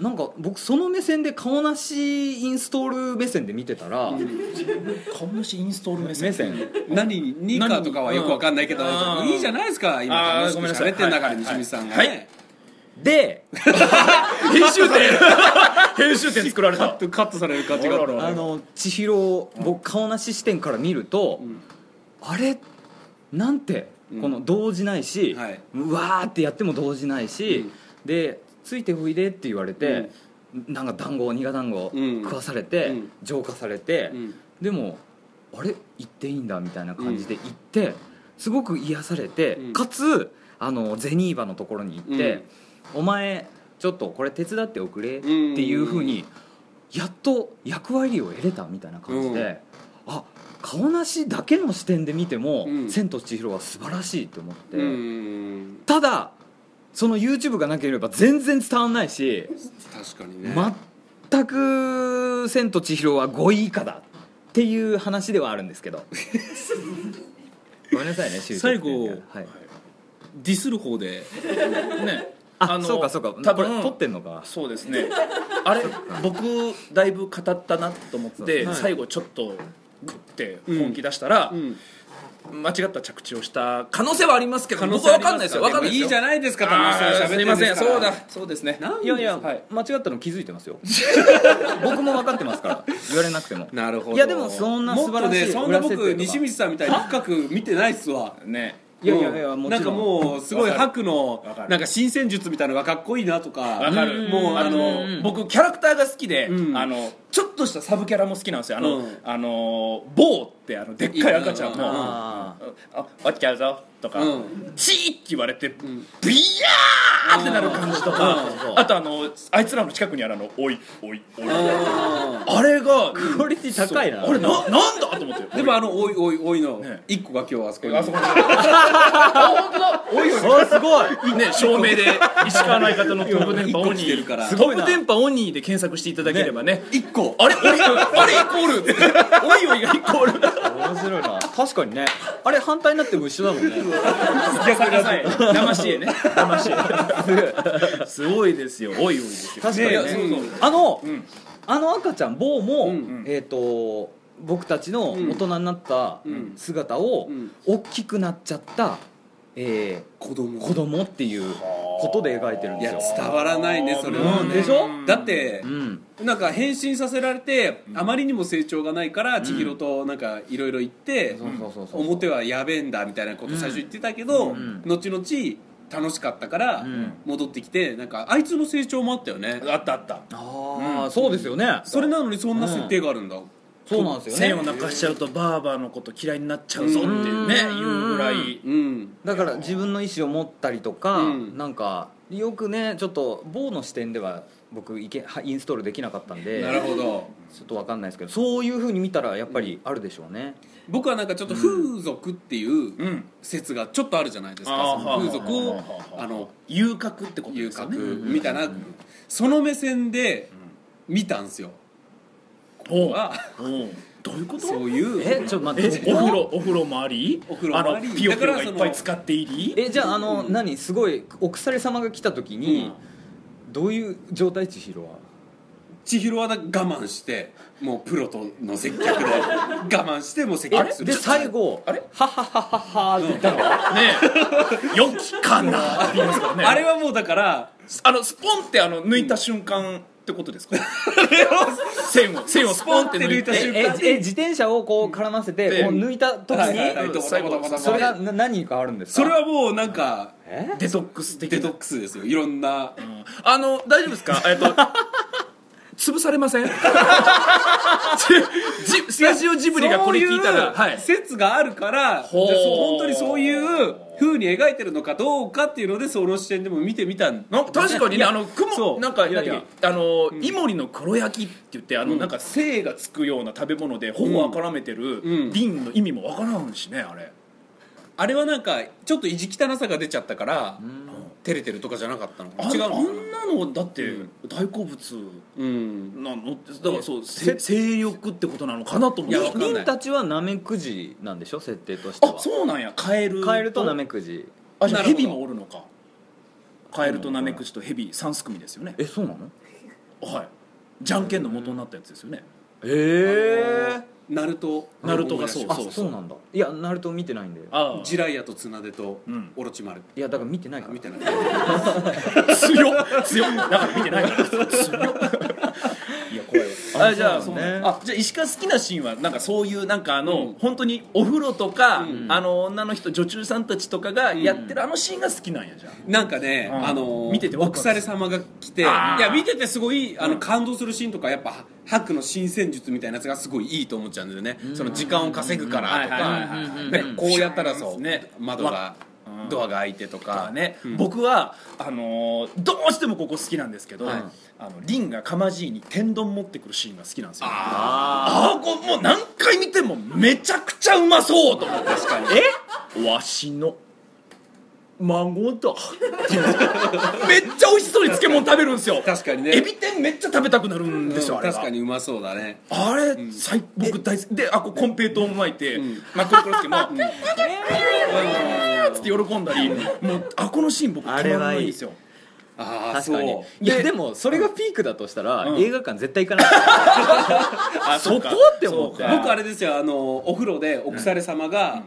[SPEAKER 2] うなんか僕その目線で顔なしインストール目線で見てたら、
[SPEAKER 3] 顔なしインストール目線
[SPEAKER 2] 目線
[SPEAKER 1] 何にかとかはよくわかんないけど
[SPEAKER 3] 何に
[SPEAKER 1] いいじゃないですか今
[SPEAKER 3] あー
[SPEAKER 1] 楽しく喋ってる中で西見さんがね
[SPEAKER 2] で
[SPEAKER 3] 編集点編集点作られた
[SPEAKER 1] カットされる感じがあった
[SPEAKER 2] あの千尋を僕顔なし視点から見ると、
[SPEAKER 1] ん
[SPEAKER 2] あれなんて
[SPEAKER 1] うん
[SPEAKER 2] この動じないし、
[SPEAKER 1] はいう
[SPEAKER 2] わーってやっても動じないし、でついておいでって言われて、なんか団子苦団子
[SPEAKER 1] うん
[SPEAKER 2] 食わされて、
[SPEAKER 1] うん
[SPEAKER 2] 浄化されて、
[SPEAKER 1] うん
[SPEAKER 2] でもあれ行っていいんだみたいな感じで行って、すごく癒されて、
[SPEAKER 1] うん
[SPEAKER 2] かつあのゼニーバのところに行って「お前ちょっとこれ手伝っておくれ」っていうふうにやっと役割を得れたみたいな感じで、あ顔なしだけの視点で見ても「
[SPEAKER 1] うん
[SPEAKER 2] 千と千尋」は素晴らしいと思って、
[SPEAKER 1] うん
[SPEAKER 2] ただその YouTube がなければ全然伝わんないし、
[SPEAKER 1] 確かにね
[SPEAKER 2] 全く「千と千尋」は5位以下だっていう話ではあるんですけどごめんな さいね終
[SPEAKER 3] 最後
[SPEAKER 2] はい、
[SPEAKER 3] ディスる方でね
[SPEAKER 2] あ
[SPEAKER 3] あの
[SPEAKER 2] そうかそうか
[SPEAKER 3] 多
[SPEAKER 2] これ
[SPEAKER 3] 分
[SPEAKER 2] 撮ってんのか
[SPEAKER 3] そうです ねあれ僕だいぶ語ったなと思って
[SPEAKER 2] はい
[SPEAKER 3] 最後ちょっとグッて本気出したら
[SPEAKER 1] ん
[SPEAKER 3] 間違った着地をした可能性はありますけど
[SPEAKER 1] 可能
[SPEAKER 3] 僕
[SPEAKER 1] 性
[SPEAKER 3] は
[SPEAKER 1] あ
[SPEAKER 3] 分
[SPEAKER 1] り
[SPEAKER 3] か
[SPEAKER 1] ま
[SPEAKER 3] んない
[SPEAKER 1] す
[SPEAKER 3] です
[SPEAKER 1] か
[SPEAKER 3] よ分かんないです
[SPEAKER 1] いいじゃ
[SPEAKER 3] ない
[SPEAKER 1] ないですか
[SPEAKER 3] あーすいませんそうだ
[SPEAKER 1] だそうですね
[SPEAKER 2] いやいや、間違ったの気づいてますよ 僕も分かってますから言われなくても
[SPEAKER 1] なるほど
[SPEAKER 2] いやでもそんな素晴らしい
[SPEAKER 1] もっとねそんな
[SPEAKER 2] 裏設定
[SPEAKER 1] 僕
[SPEAKER 2] とか
[SPEAKER 1] 西光さんみたいに深く見てないっすわ
[SPEAKER 3] ね
[SPEAKER 2] いやいやいやもちろん
[SPEAKER 1] なんかもうすごい白の
[SPEAKER 3] わかる
[SPEAKER 1] なんか新戦術みたいなのがかっこいいなとか
[SPEAKER 3] わかる
[SPEAKER 1] もうあ
[SPEAKER 3] あの
[SPEAKER 1] の
[SPEAKER 3] 僕キャラクターが好きで、
[SPEAKER 1] うん
[SPEAKER 3] あのちょっとしたサブキャラも好きなんですよあの、
[SPEAKER 1] うん
[SPEAKER 3] あのボーってあのでっかい赤ちゃんの「あ
[SPEAKER 2] あ
[SPEAKER 3] 落ちちゃうぞ」とか
[SPEAKER 1] う
[SPEAKER 3] 「チー」って言われて「ビヤー!」ってなる感じとかあとあのあいつらの近くにあるあの「おいおいおい」あれがクオリティ
[SPEAKER 2] 高いな
[SPEAKER 3] あれななんだと思って
[SPEAKER 1] でもあの「おいおいおい」の
[SPEAKER 3] ね
[SPEAKER 1] 一個が今日あそこに
[SPEAKER 3] あそこにあ本当だおいおい
[SPEAKER 2] あすごい
[SPEAKER 3] ね、照明で石川の相方 のトップ電波オ
[SPEAKER 1] 一
[SPEAKER 3] ニ
[SPEAKER 1] 個来てるから
[SPEAKER 3] ートップ電波オニーで検索していただければね
[SPEAKER 1] 一個
[SPEAKER 3] あれお いあれイコールおいおいがイコール
[SPEAKER 2] 面白いな確かにねあれ反対になっても一緒だもんね
[SPEAKER 3] 逆ださい騙し絵ね騙し絵すごいですよおいおいですよ
[SPEAKER 2] 確かに
[SPEAKER 1] い
[SPEAKER 2] ね
[SPEAKER 1] やそうそう
[SPEAKER 2] あの、
[SPEAKER 3] ん
[SPEAKER 2] あの赤ちゃんボウも、
[SPEAKER 1] ん
[SPEAKER 2] えっ、と僕たちの
[SPEAKER 1] うん
[SPEAKER 2] 大人になった
[SPEAKER 1] ん
[SPEAKER 2] 姿を、
[SPEAKER 1] うん
[SPEAKER 2] 大きくなっちゃった、え
[SPEAKER 1] 子供
[SPEAKER 2] ー子供っていうことで描いてるん
[SPEAKER 1] い
[SPEAKER 2] です
[SPEAKER 1] や
[SPEAKER 2] よ。
[SPEAKER 1] 伝わらないねそれは
[SPEAKER 2] うん
[SPEAKER 1] ね
[SPEAKER 2] でしょ
[SPEAKER 1] だって
[SPEAKER 2] うん、
[SPEAKER 1] なんか変身させられてあまりにも成長がないから千尋となんかいろいろ言って
[SPEAKER 2] そうそうそうそう
[SPEAKER 1] 表はやべえんだみたいなこと最初言ってたけど
[SPEAKER 2] ん
[SPEAKER 1] 後々楽しかったから
[SPEAKER 2] ん
[SPEAKER 1] 戻ってきてなんかあいつの成長もあったよね
[SPEAKER 3] あったあった
[SPEAKER 2] ああ、そうですよね。
[SPEAKER 1] それなのにそんな設定があるんだ
[SPEAKER 2] そうなんです
[SPEAKER 3] 線
[SPEAKER 2] よ
[SPEAKER 3] を
[SPEAKER 2] ね。
[SPEAKER 3] 泣かしちゃうとバーバーのこと嫌いになっちゃうぞっていうね
[SPEAKER 2] うん
[SPEAKER 3] いうぐらい
[SPEAKER 1] うん
[SPEAKER 2] だから自分の意思を持ったりとか、
[SPEAKER 1] うん
[SPEAKER 2] なんかよくねちょっとボウの視点では僕いけはインストールできなかったんで
[SPEAKER 1] なるほど
[SPEAKER 2] ちょっとわかんないですけどそういうふうに見たらやっぱりあるでしょうね。
[SPEAKER 1] 僕はなんかちょっと風俗っていう
[SPEAKER 3] うん
[SPEAKER 1] 説がちょっとあるじゃないですか
[SPEAKER 3] あー
[SPEAKER 1] その風俗
[SPEAKER 3] は
[SPEAKER 1] を
[SPEAKER 3] あはあはあ
[SPEAKER 1] あの
[SPEAKER 3] 遊郭ってこと
[SPEAKER 1] 遊
[SPEAKER 3] ですよ
[SPEAKER 1] 郭
[SPEAKER 3] ね
[SPEAKER 1] みたいなその目線で見たんすよ
[SPEAKER 3] おう
[SPEAKER 1] は
[SPEAKER 3] おうどういうこと
[SPEAKER 1] そういう
[SPEAKER 2] えちょっと待
[SPEAKER 3] え
[SPEAKER 2] っ
[SPEAKER 3] お
[SPEAKER 2] て
[SPEAKER 3] 風呂お風呂もあり
[SPEAKER 1] お風呂もあり
[SPEAKER 3] のピヨピ
[SPEAKER 1] だか
[SPEAKER 3] ヨが
[SPEAKER 1] ら
[SPEAKER 3] い
[SPEAKER 1] そ
[SPEAKER 3] っ
[SPEAKER 1] の
[SPEAKER 3] ぱい使っていり
[SPEAKER 2] えじゃああの、何すごいお腐れ様が来た時に、どういう状態千尋は
[SPEAKER 1] 千尋はだ我慢してもうプロとの接客で我慢してもう接客する
[SPEAKER 2] で最後「あれははははは」って言ったの、
[SPEAKER 3] ねえよきかなって言いますから ね
[SPEAKER 1] あれはもうだから
[SPEAKER 3] あのスポンってあの抜いた瞬間ってことですか、線を線をスポンって抜い
[SPEAKER 1] スポンって抜いた
[SPEAKER 3] て
[SPEAKER 1] 瞬
[SPEAKER 2] えええ自転車をこう絡ませて、
[SPEAKER 3] で
[SPEAKER 2] こう抜いた時
[SPEAKER 1] はい
[SPEAKER 2] に、
[SPEAKER 1] はいはい
[SPEAKER 3] 最後は
[SPEAKER 2] それがな何に変わるんですか
[SPEAKER 1] それはもうなんか
[SPEAKER 3] デトックス的
[SPEAKER 1] デ
[SPEAKER 3] な
[SPEAKER 1] トックスですよいろんな
[SPEAKER 3] あの大丈夫ですかえっと潰されません じじスタジオジブリがこれ聞いたら
[SPEAKER 1] そう
[SPEAKER 3] は
[SPEAKER 1] いう
[SPEAKER 3] い
[SPEAKER 1] 説があるからでそう
[SPEAKER 3] ほう
[SPEAKER 1] 本当にそういう風に描いてるのかどうかっていうのでその視点でも見てみたん
[SPEAKER 3] なんか確かに
[SPEAKER 1] い
[SPEAKER 3] ね
[SPEAKER 1] や
[SPEAKER 3] あの
[SPEAKER 1] そ
[SPEAKER 3] 雲
[SPEAKER 1] う
[SPEAKER 3] なんか
[SPEAKER 1] いやいや
[SPEAKER 3] なんだっけあの、イモリの黒焼きって言ってあの、なんか精がつくような食べ物で頬をあからめてる、
[SPEAKER 1] うん
[SPEAKER 3] 瓶の意味もわからんしねあれ
[SPEAKER 1] あれはなんかちょっと意地汚さが出ちゃったから照れてるとかじゃなかったの
[SPEAKER 3] あ
[SPEAKER 1] 違うの
[SPEAKER 3] あ
[SPEAKER 1] かなん
[SPEAKER 3] なのだって大好物
[SPEAKER 1] うん
[SPEAKER 3] なのってだからそうせ精力ってことなのかなと思
[SPEAKER 1] いや
[SPEAKER 3] っ
[SPEAKER 1] わかんない
[SPEAKER 3] て
[SPEAKER 2] 凛たちはナメクジなんでしょ設定として
[SPEAKER 3] あ
[SPEAKER 2] は
[SPEAKER 3] そうなんやカエル
[SPEAKER 2] カエルとナメクジ
[SPEAKER 3] あじゃあ
[SPEAKER 1] なるほど
[SPEAKER 3] 蛇もおるのかカエルとナメクジとヘビ三すくみですよね
[SPEAKER 2] えそうなの
[SPEAKER 3] はいじゃんけんの元になったやつですよね
[SPEAKER 2] ええ
[SPEAKER 1] ナルト
[SPEAKER 3] ナルトがそう
[SPEAKER 2] あそうなんだいやナルト見てないんで
[SPEAKER 3] あ
[SPEAKER 1] ジライアと綱手と
[SPEAKER 3] うん
[SPEAKER 1] オロチマル
[SPEAKER 2] いやだから見てないから
[SPEAKER 1] みたいな
[SPEAKER 3] あ強っ強っだから見てないから強っいや怖いわあじゃあ
[SPEAKER 2] そうなんだ
[SPEAKER 3] そうあじゃあ石川好きなシーンはなんかそういうなんかあの、本当にお風呂とか、あの女の人女中さんたちとかがやってるあのシーンが好きなんやじゃあ
[SPEAKER 1] なんかね、
[SPEAKER 3] うん
[SPEAKER 1] あのー
[SPEAKER 3] 見ててワ
[SPEAKER 1] お
[SPEAKER 3] クワクす
[SPEAKER 1] 腐
[SPEAKER 3] る
[SPEAKER 1] れ様が来てい
[SPEAKER 3] あー
[SPEAKER 1] や見ててすごいあの感動するシーンとかやっぱ白の新戦術みたいなやつがすごいいいと思っちゃうんだよね、その時間を稼ぐからとかねこうやったらそう、
[SPEAKER 3] ね
[SPEAKER 1] 窓が、ドアが開いてとか、
[SPEAKER 3] ね、僕はあのーどうしてもここ好きなんですけど、
[SPEAKER 1] はい
[SPEAKER 3] あのリンがかまじいに天丼持ってくるシーンが好きなんですよ
[SPEAKER 2] あ
[SPEAKER 3] あこもう何回見てもめちゃくちゃうまそうと思って
[SPEAKER 1] 確かに
[SPEAKER 3] わしの孫だ めっちゃ美味しそうに漬物食べるんですよ
[SPEAKER 1] 確かにね
[SPEAKER 3] エビ天めっちゃ食べたくなるんですよ、
[SPEAKER 1] うん
[SPEAKER 3] あれ
[SPEAKER 1] 確
[SPEAKER 3] が
[SPEAKER 1] かにうまそうだね
[SPEAKER 3] あれ、最僕大好きであこうコンペイトーも巻いて、マッコリコロスケも「うんつって喜んだりもうあこのシーン僕たまらないんですよ
[SPEAKER 1] ああ
[SPEAKER 2] 確
[SPEAKER 1] そう
[SPEAKER 2] かにいやでもそれがピークだとしたら、映画館絶対行かないそこって思って
[SPEAKER 1] 僕あれですよあのお風呂でお腐れ様が、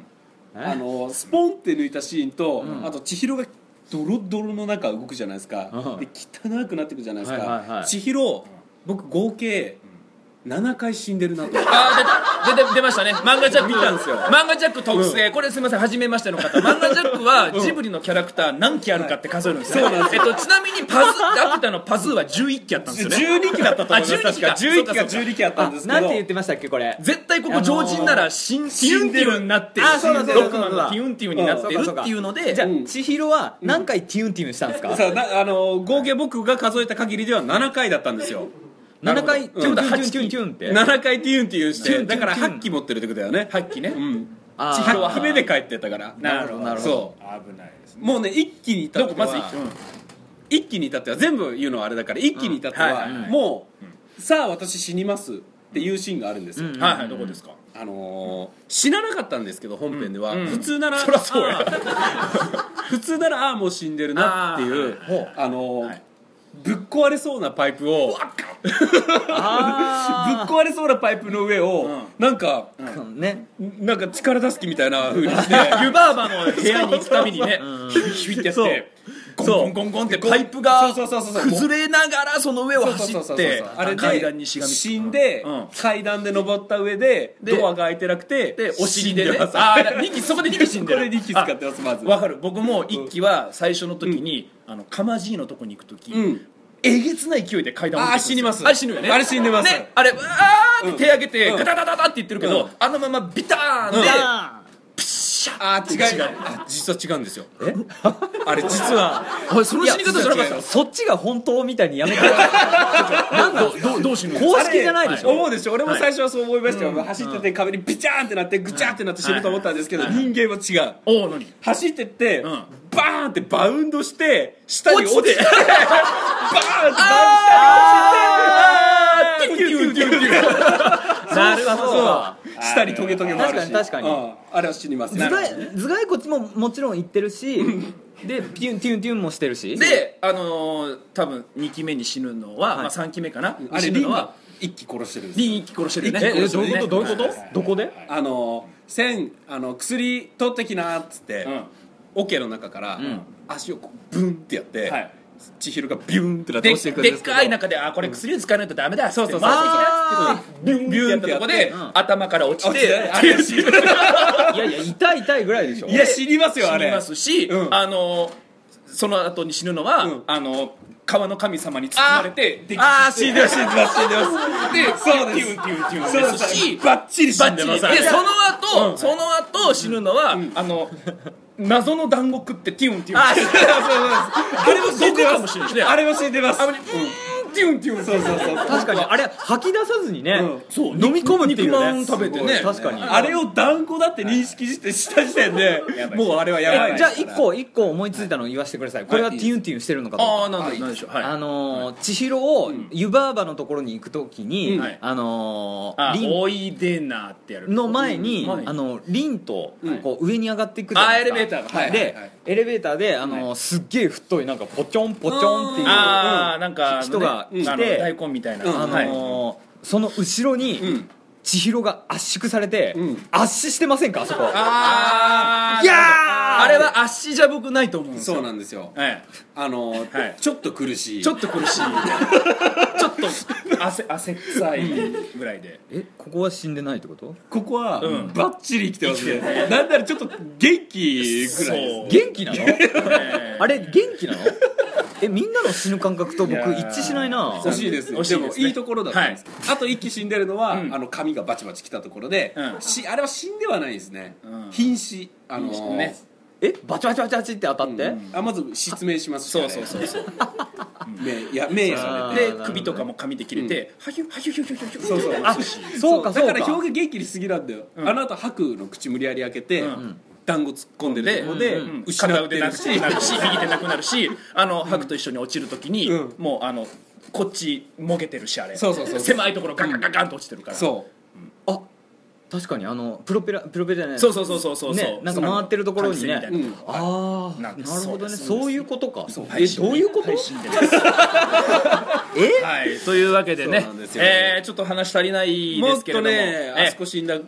[SPEAKER 1] あのスポンって抜いたシーンと、あと千尋がドロドロの中動くじゃないですか、
[SPEAKER 2] うん
[SPEAKER 1] で汚くなってくじゃないですか、
[SPEAKER 2] はいはいはい
[SPEAKER 1] 千尋僕合計7回死んでるなと
[SPEAKER 3] あー出た出て出ましたね漫画ジャック
[SPEAKER 1] 見たんですよ
[SPEAKER 3] 漫画ジャック特製、これすみません初めましての方漫画ジャックはジブリのキャラクター何期あるかって数えるんですよ、えっと、ちなみにパズ秋田のパズーは11期あったんですよね
[SPEAKER 1] 12期だったと思いま
[SPEAKER 3] あ12
[SPEAKER 1] す確
[SPEAKER 3] 期
[SPEAKER 1] か
[SPEAKER 3] か
[SPEAKER 1] 11期
[SPEAKER 3] そ
[SPEAKER 1] が
[SPEAKER 3] うかそうか
[SPEAKER 1] 12期あったんですけ
[SPEAKER 2] な
[SPEAKER 1] ど
[SPEAKER 2] んて言ってましたっけこれ
[SPEAKER 3] 絶対ここ常人ならシンキュンティウンになってる
[SPEAKER 2] あそうだそうだ
[SPEAKER 3] ロックマンのキュンティウンになってるっていうので
[SPEAKER 2] じゃあ、
[SPEAKER 1] うん
[SPEAKER 2] 千尋は何回ティウンティウンしたんですか、
[SPEAKER 1] さあなあの合計僕が数えた限りでは7回だったんですよ
[SPEAKER 2] 7回テ
[SPEAKER 1] なる
[SPEAKER 2] ィウ
[SPEAKER 1] ほ
[SPEAKER 2] ン
[SPEAKER 1] ど
[SPEAKER 2] ティウンティウンティウンって
[SPEAKER 1] 7回ティーンって言うし
[SPEAKER 2] ティー
[SPEAKER 1] て
[SPEAKER 2] ンティ
[SPEAKER 1] だ
[SPEAKER 2] ーン
[SPEAKER 1] から8期持ってるってことだよね
[SPEAKER 3] 8期ね
[SPEAKER 1] うん
[SPEAKER 2] あー
[SPEAKER 1] 千尋は8目で帰ってたから
[SPEAKER 2] なるほどなるほ
[SPEAKER 1] そ
[SPEAKER 2] ど
[SPEAKER 1] う
[SPEAKER 9] 危ないです
[SPEAKER 1] もうね一気に至って
[SPEAKER 3] どこまず一
[SPEAKER 1] は一気に至っては全部言うのはあれだから一気に至って
[SPEAKER 3] うんはいはい
[SPEAKER 1] はもうさあ私死にますっていうシーンがあるんですよ
[SPEAKER 2] うん
[SPEAKER 3] はいはいどこですか
[SPEAKER 1] あのー死ななかったんですけど本編では普通なら
[SPEAKER 3] そりゃそうや
[SPEAKER 1] あー普通ならああもう死んでるなっていうあのーぶっ壊れそうなパイプをぶっ
[SPEAKER 2] あ
[SPEAKER 1] 壊れそうなパイプの上をなんか
[SPEAKER 2] ーぶっこね
[SPEAKER 1] なんか力出す気みたいな風にして
[SPEAKER 3] 湯婆婆の部屋に行くためにねヒュイヒュイってやってゴンゴンゴンゴンってパイプが
[SPEAKER 1] そうそうそうそう
[SPEAKER 3] 崩れながらその上を走
[SPEAKER 1] そうそう
[SPEAKER 3] っ
[SPEAKER 1] そうそう
[SPEAKER 3] て
[SPEAKER 1] あれ
[SPEAKER 3] 階段にし
[SPEAKER 1] で
[SPEAKER 3] がみつ
[SPEAKER 1] 死んで
[SPEAKER 3] うん
[SPEAKER 1] 階段で登った上で
[SPEAKER 3] で
[SPEAKER 1] ドアが開いてなくて
[SPEAKER 3] でお尻で
[SPEAKER 1] 死ん
[SPEAKER 3] ね
[SPEAKER 1] ます
[SPEAKER 3] ああ二期そこで2期死ん で
[SPEAKER 1] こ
[SPEAKER 3] る
[SPEAKER 1] れ力使ってますまず
[SPEAKER 3] わかる僕も一期は最初の時に、あのかまじいのとこに行く時、
[SPEAKER 1] うん
[SPEAKER 3] えげつない勢いで階段を降りてくるんでよ
[SPEAKER 1] あー死にます
[SPEAKER 3] あれ死ぬよね
[SPEAKER 1] あれ死んでます
[SPEAKER 3] ねあれわーって手上げて、
[SPEAKER 1] うん
[SPEAKER 3] ガタガタガタって言ってるけど、
[SPEAKER 1] うん
[SPEAKER 3] あのままビターンで、
[SPEAKER 1] あ
[SPEAKER 2] あ
[SPEAKER 1] ー違うあ実は違うんですよあれ実は
[SPEAKER 3] あれその死に方じゃなかった
[SPEAKER 2] ーそっちが本当みたいにやめてなんだ
[SPEAKER 3] どうどう死ぬ の
[SPEAKER 2] 公式じゃないでしょ、
[SPEAKER 1] 思うでしょ俺も最初はそう思いましたよ走ってて壁にビチャーンってなってぐちゃーってなって死ぬと思ったんですけど人間は違う
[SPEAKER 3] おお何
[SPEAKER 1] 走ってって
[SPEAKER 3] ん
[SPEAKER 1] バーンってバウンドして下に落ちてバーンってバウンドして下に落ちてテュンテュンテュンテュン
[SPEAKER 2] なるほど
[SPEAKER 1] 下にトゲトゲもあるし
[SPEAKER 2] 確かに確かに
[SPEAKER 1] うんあれは死にます
[SPEAKER 2] 頭蓋頭蓋骨ももちろん行ってるしでピュンティウンティウンもしてるし
[SPEAKER 3] であのー、多分2期目に死ぬのは、まあ、3期目かな
[SPEAKER 1] あ
[SPEAKER 3] 死
[SPEAKER 1] れ
[SPEAKER 3] ぬ
[SPEAKER 1] リ
[SPEAKER 3] の
[SPEAKER 1] ン
[SPEAKER 3] は
[SPEAKER 1] が一気殺してるんですよ
[SPEAKER 3] リン一期殺してるよね
[SPEAKER 2] ええどういうことどういうこと、どこで
[SPEAKER 1] あの線あの薬取ってきなっつって、桶の中から、足をこうブンってやって、
[SPEAKER 9] はい
[SPEAKER 1] 千尋がビューンってなって
[SPEAKER 3] で
[SPEAKER 1] 落ちてくるん
[SPEAKER 3] で
[SPEAKER 1] で
[SPEAKER 3] っ
[SPEAKER 1] すけど
[SPEAKER 3] かい中であこれ薬を使わないとダメだそうそうそうビュンビュンってやったとこで、頭から落ちて
[SPEAKER 1] あれ死ぬ
[SPEAKER 2] いやいや痛い痛いぐらいでしょ
[SPEAKER 1] いや死にますよあ
[SPEAKER 3] 死
[SPEAKER 1] れ
[SPEAKER 3] にますし、
[SPEAKER 1] うん
[SPEAKER 3] あのその後に死ぬのは、
[SPEAKER 1] うん
[SPEAKER 3] あの川の神様に包まれてで
[SPEAKER 1] ああ死んでます死んでます死んでます
[SPEAKER 3] で
[SPEAKER 1] そうです
[SPEAKER 3] ティウンティウンティウン
[SPEAKER 1] そう
[SPEAKER 3] ですし
[SPEAKER 1] バッチリ死
[SPEAKER 3] バ
[SPEAKER 1] ん
[SPEAKER 3] ッ
[SPEAKER 1] で
[SPEAKER 3] チ
[SPEAKER 1] ま
[SPEAKER 3] リ
[SPEAKER 1] す
[SPEAKER 3] でその後、その後死ぬのは、あの謎の団子食ってティウンティウン
[SPEAKER 1] あそうそうそうあれも死んで
[SPEAKER 3] 毒か
[SPEAKER 1] ま
[SPEAKER 3] も
[SPEAKER 1] す
[SPEAKER 3] しれないですね
[SPEAKER 1] あれも死んでます
[SPEAKER 3] あのね
[SPEAKER 1] テュンテュンそうそうそう
[SPEAKER 2] 確かにあれ吐き出さずにね、
[SPEAKER 1] うん
[SPEAKER 2] そう飲み込むっていう、ね、
[SPEAKER 3] 肉まん食べてね
[SPEAKER 2] すごい確かに
[SPEAKER 1] あれを団子だって認識してした時点でもうあれはやばい
[SPEAKER 2] じゃあ一個一個思いついたのを言わせてくださいこれはティウンティウンしてるのかと
[SPEAKER 3] ああなんでなんでしょうはい
[SPEAKER 2] あのー千尋を湯婆婆のところに行くときに、
[SPEAKER 3] はい
[SPEAKER 2] あのー
[SPEAKER 3] あ
[SPEAKER 2] リン
[SPEAKER 3] おいでなってやる
[SPEAKER 2] の前に、
[SPEAKER 3] うんはい
[SPEAKER 2] あのリンと
[SPEAKER 1] うん
[SPEAKER 2] こう上に上がっていくじゃないですか
[SPEAKER 3] あエレベーターがはい
[SPEAKER 2] で、
[SPEAKER 1] はいはい
[SPEAKER 2] エレベーターであのー、すっげえ太いなんかポチョンポチョンっていうあ
[SPEAKER 3] ああなんか
[SPEAKER 2] 人が来て
[SPEAKER 3] あの大根みたいな、
[SPEAKER 1] うん
[SPEAKER 2] の
[SPEAKER 3] はい
[SPEAKER 2] ーその後ろに、
[SPEAKER 1] ん
[SPEAKER 2] 千尋が圧縮されて、
[SPEAKER 1] うん
[SPEAKER 2] 圧死してませんかあそこ
[SPEAKER 3] あー
[SPEAKER 2] いやー
[SPEAKER 3] あれは圧死じゃ僕ないと思うんですよ
[SPEAKER 1] そうなんですよ
[SPEAKER 3] はい、
[SPEAKER 1] あのー
[SPEAKER 3] はい
[SPEAKER 1] ちょっと苦しい
[SPEAKER 3] ちょっと苦 しいちょっと汗汗臭いぐらいで
[SPEAKER 2] えここは死んでないってこと
[SPEAKER 1] ここは
[SPEAKER 3] うん
[SPEAKER 1] バッチリ生きてますねなんならちょっと元気ぐらいです
[SPEAKER 3] そう
[SPEAKER 2] 元気な の
[SPEAKER 3] ね
[SPEAKER 2] あれ元気なのえみんなの死ぬ感覚と僕一致しないな
[SPEAKER 1] 惜しいです
[SPEAKER 3] 惜しい
[SPEAKER 1] で
[SPEAKER 3] で
[SPEAKER 1] も
[SPEAKER 3] すね
[SPEAKER 1] いいところだったんですけどあと一気死んでるのはあ
[SPEAKER 3] うん
[SPEAKER 1] の髪がバチバチきたところで
[SPEAKER 3] うん
[SPEAKER 1] しあれは死んではないですね
[SPEAKER 3] うん
[SPEAKER 1] 瀕死あのー
[SPEAKER 3] ね
[SPEAKER 2] えバチバチバチバチって当たって、
[SPEAKER 1] あまず失明しますし
[SPEAKER 3] そうそうそう そう
[SPEAKER 1] 目いや目やさ
[SPEAKER 2] あー
[SPEAKER 1] れて
[SPEAKER 3] で首とかも髪で切れて、はゆはゆはゆはゆはゆ
[SPEAKER 1] そうそう
[SPEAKER 3] あそうし
[SPEAKER 2] そうかそうか
[SPEAKER 1] だから表現元気にしすぎなんだよあの後白の口無理やり開けて
[SPEAKER 3] うん
[SPEAKER 1] 団子突っ込んでて、で、失
[SPEAKER 3] 片
[SPEAKER 1] って
[SPEAKER 3] 腕な
[SPEAKER 1] る
[SPEAKER 3] くしなくし右手なくなるしあのハクと一緒に落ちるときに、
[SPEAKER 1] うん
[SPEAKER 3] もうあのこっちもげてるしあれ
[SPEAKER 1] そうそうそう
[SPEAKER 3] 狭いところガンガンガンガンと落ちてるから、
[SPEAKER 1] そう
[SPEAKER 10] 確かにあのプロペラプロペラじゃない
[SPEAKER 3] そうそうそうそうそう
[SPEAKER 10] ねなんか回ってるところにね
[SPEAKER 3] あの管制みたいな
[SPEAKER 10] ああな
[SPEAKER 3] なん
[SPEAKER 10] る
[SPEAKER 3] か
[SPEAKER 10] ほ
[SPEAKER 3] そう
[SPEAKER 10] ど
[SPEAKER 3] で
[SPEAKER 10] ね
[SPEAKER 3] す
[SPEAKER 10] そういうことかえ
[SPEAKER 3] 配信
[SPEAKER 10] どういうこと
[SPEAKER 3] 配信でで
[SPEAKER 10] え
[SPEAKER 3] すはい、というわけでね
[SPEAKER 1] そうなんですよ
[SPEAKER 3] えーちょっと話足りない
[SPEAKER 1] も
[SPEAKER 3] で
[SPEAKER 1] っ
[SPEAKER 3] すけれ
[SPEAKER 1] と
[SPEAKER 3] ども
[SPEAKER 1] ね
[SPEAKER 3] え
[SPEAKER 1] あそこ死んだの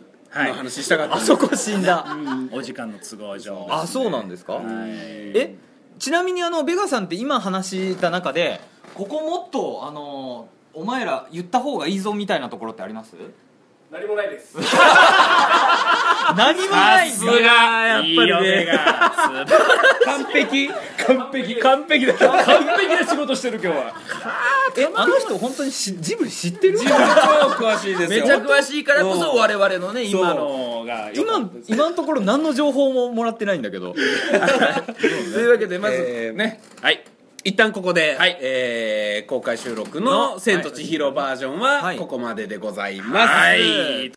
[SPEAKER 1] 話したかった、
[SPEAKER 10] あそこ死んだ
[SPEAKER 3] お時間の都合上
[SPEAKER 10] あそうなんですかえちなみにあのベガさんって今話した中でここもっとあのお前ら言った方がいいぞみたいなところってあります
[SPEAKER 6] 何もないです
[SPEAKER 10] 何もないんだ
[SPEAKER 3] やっぱりね完璧完璧だ完璧な仕事してる今日は
[SPEAKER 10] えあの人本当にしジブリ知ってる
[SPEAKER 1] 超詳しいです
[SPEAKER 3] め
[SPEAKER 1] よ
[SPEAKER 3] ちゃ詳しいからこそ我々のね
[SPEAKER 1] そう
[SPEAKER 3] 今のがよかった
[SPEAKER 10] 今今のところ何の情報ももらってないんだけど
[SPEAKER 3] というわけでまず
[SPEAKER 1] えー
[SPEAKER 3] ねはい
[SPEAKER 1] 一旦ここで、えー公開収録の「千と千尋バージョン」は
[SPEAKER 10] はい
[SPEAKER 1] ここまででございます、
[SPEAKER 3] はい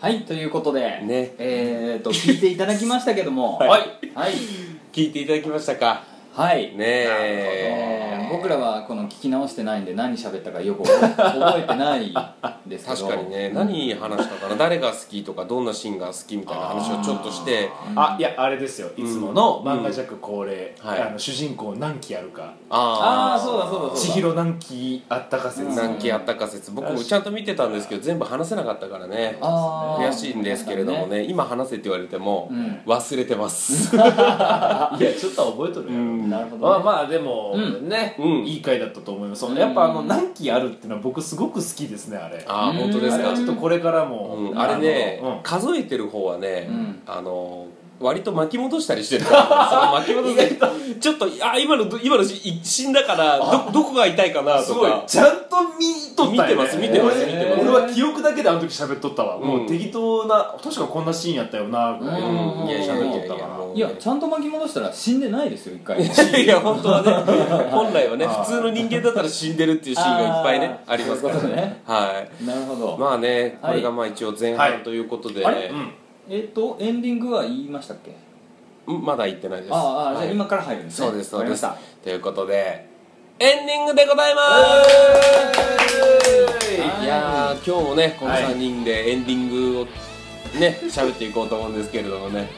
[SPEAKER 2] はいということで、
[SPEAKER 1] ね
[SPEAKER 2] えー、と聞いていただきましたけど もはいはい、
[SPEAKER 1] 聞いていただきましたか
[SPEAKER 2] はい
[SPEAKER 1] ね
[SPEAKER 2] え
[SPEAKER 1] え
[SPEAKER 2] ー僕らはこの聞き直してないんで何喋ったかよく覚え覚えてないですけ
[SPEAKER 1] 確
[SPEAKER 2] ど
[SPEAKER 1] かにね何話したかな誰が好きとかどんなシーンが好きみたいな話をちょっとして
[SPEAKER 3] あいやあれですよいつもの漫画ジャック恒例、
[SPEAKER 1] うんはい
[SPEAKER 3] あの主人公何期あるか
[SPEAKER 1] あ
[SPEAKER 2] ああそうだそうだ
[SPEAKER 3] 千
[SPEAKER 2] そうだ
[SPEAKER 3] 尋何期あったか説
[SPEAKER 1] あ何期あったか説僕もちゃんと見てたんですけど全部話せなかったからね
[SPEAKER 2] あー
[SPEAKER 1] 悔しいんですけれどもね今話せって言われても
[SPEAKER 2] ん
[SPEAKER 1] 忘れてます
[SPEAKER 3] いやちょっとは覚えとるよ、
[SPEAKER 2] なるほど、ね
[SPEAKER 3] まあまあでも、
[SPEAKER 2] う
[SPEAKER 3] ね、
[SPEAKER 1] うん
[SPEAKER 3] いい回だったと思います、
[SPEAKER 2] ん
[SPEAKER 3] やっぱあの何期あるっていうのは僕すごく好きですねあれ
[SPEAKER 1] ああ本当です
[SPEAKER 3] あれ
[SPEAKER 1] か
[SPEAKER 3] はちょっとこれからも、
[SPEAKER 1] うんあれね、
[SPEAKER 3] のうん
[SPEAKER 1] 数えてる方はね、
[SPEAKER 2] ん
[SPEAKER 1] あの割と巻き戻したりしてる からその巻き戻すちょっとあ今の今のし死んだからどどこが痛いかな
[SPEAKER 3] す
[SPEAKER 1] と
[SPEAKER 3] ごい
[SPEAKER 1] か
[SPEAKER 3] ちゃんと見とったよ
[SPEAKER 1] 見て
[SPEAKER 3] ね
[SPEAKER 1] ます見てます
[SPEAKER 3] 俺
[SPEAKER 1] 見てます
[SPEAKER 3] 俺は記憶だけであの時喋っとったわ、もうんう適当な確かこんなシーンやったよなぐらい、
[SPEAKER 2] う
[SPEAKER 1] うんいやいやい
[SPEAKER 3] 喋っ
[SPEAKER 1] やい
[SPEAKER 3] とっ
[SPEAKER 1] や
[SPEAKER 3] たから
[SPEAKER 1] もう
[SPEAKER 2] いやちゃんと巻き戻したら死んでないですよ一 回
[SPEAKER 1] いや本当はね本来はね普通の人間だったら死んでるっていうシーンがいっぱいね
[SPEAKER 2] あー
[SPEAKER 1] ありますから
[SPEAKER 2] そういうことね
[SPEAKER 1] はい
[SPEAKER 2] なるほど、
[SPEAKER 1] まあね
[SPEAKER 2] は
[SPEAKER 1] こ
[SPEAKER 2] い
[SPEAKER 1] れがまあ一応前
[SPEAKER 3] は
[SPEAKER 1] 半
[SPEAKER 3] い
[SPEAKER 1] ということで、
[SPEAKER 3] あれ、うん
[SPEAKER 2] えっ、とエンディングは言いましたっけ
[SPEAKER 1] うんまだ言ってないです
[SPEAKER 2] ああああ、じ
[SPEAKER 1] は
[SPEAKER 2] ゃあ
[SPEAKER 1] い
[SPEAKER 2] 今から入るんですね
[SPEAKER 1] そうですそ
[SPEAKER 2] わ
[SPEAKER 1] う
[SPEAKER 2] かり
[SPEAKER 1] で
[SPEAKER 2] まし
[SPEAKER 1] す
[SPEAKER 2] た
[SPEAKER 1] ということでエンディングでございます、
[SPEAKER 2] はい
[SPEAKER 1] いやー今日もねこの3人でエンディングをね喋っていこうと思うんですけれどもね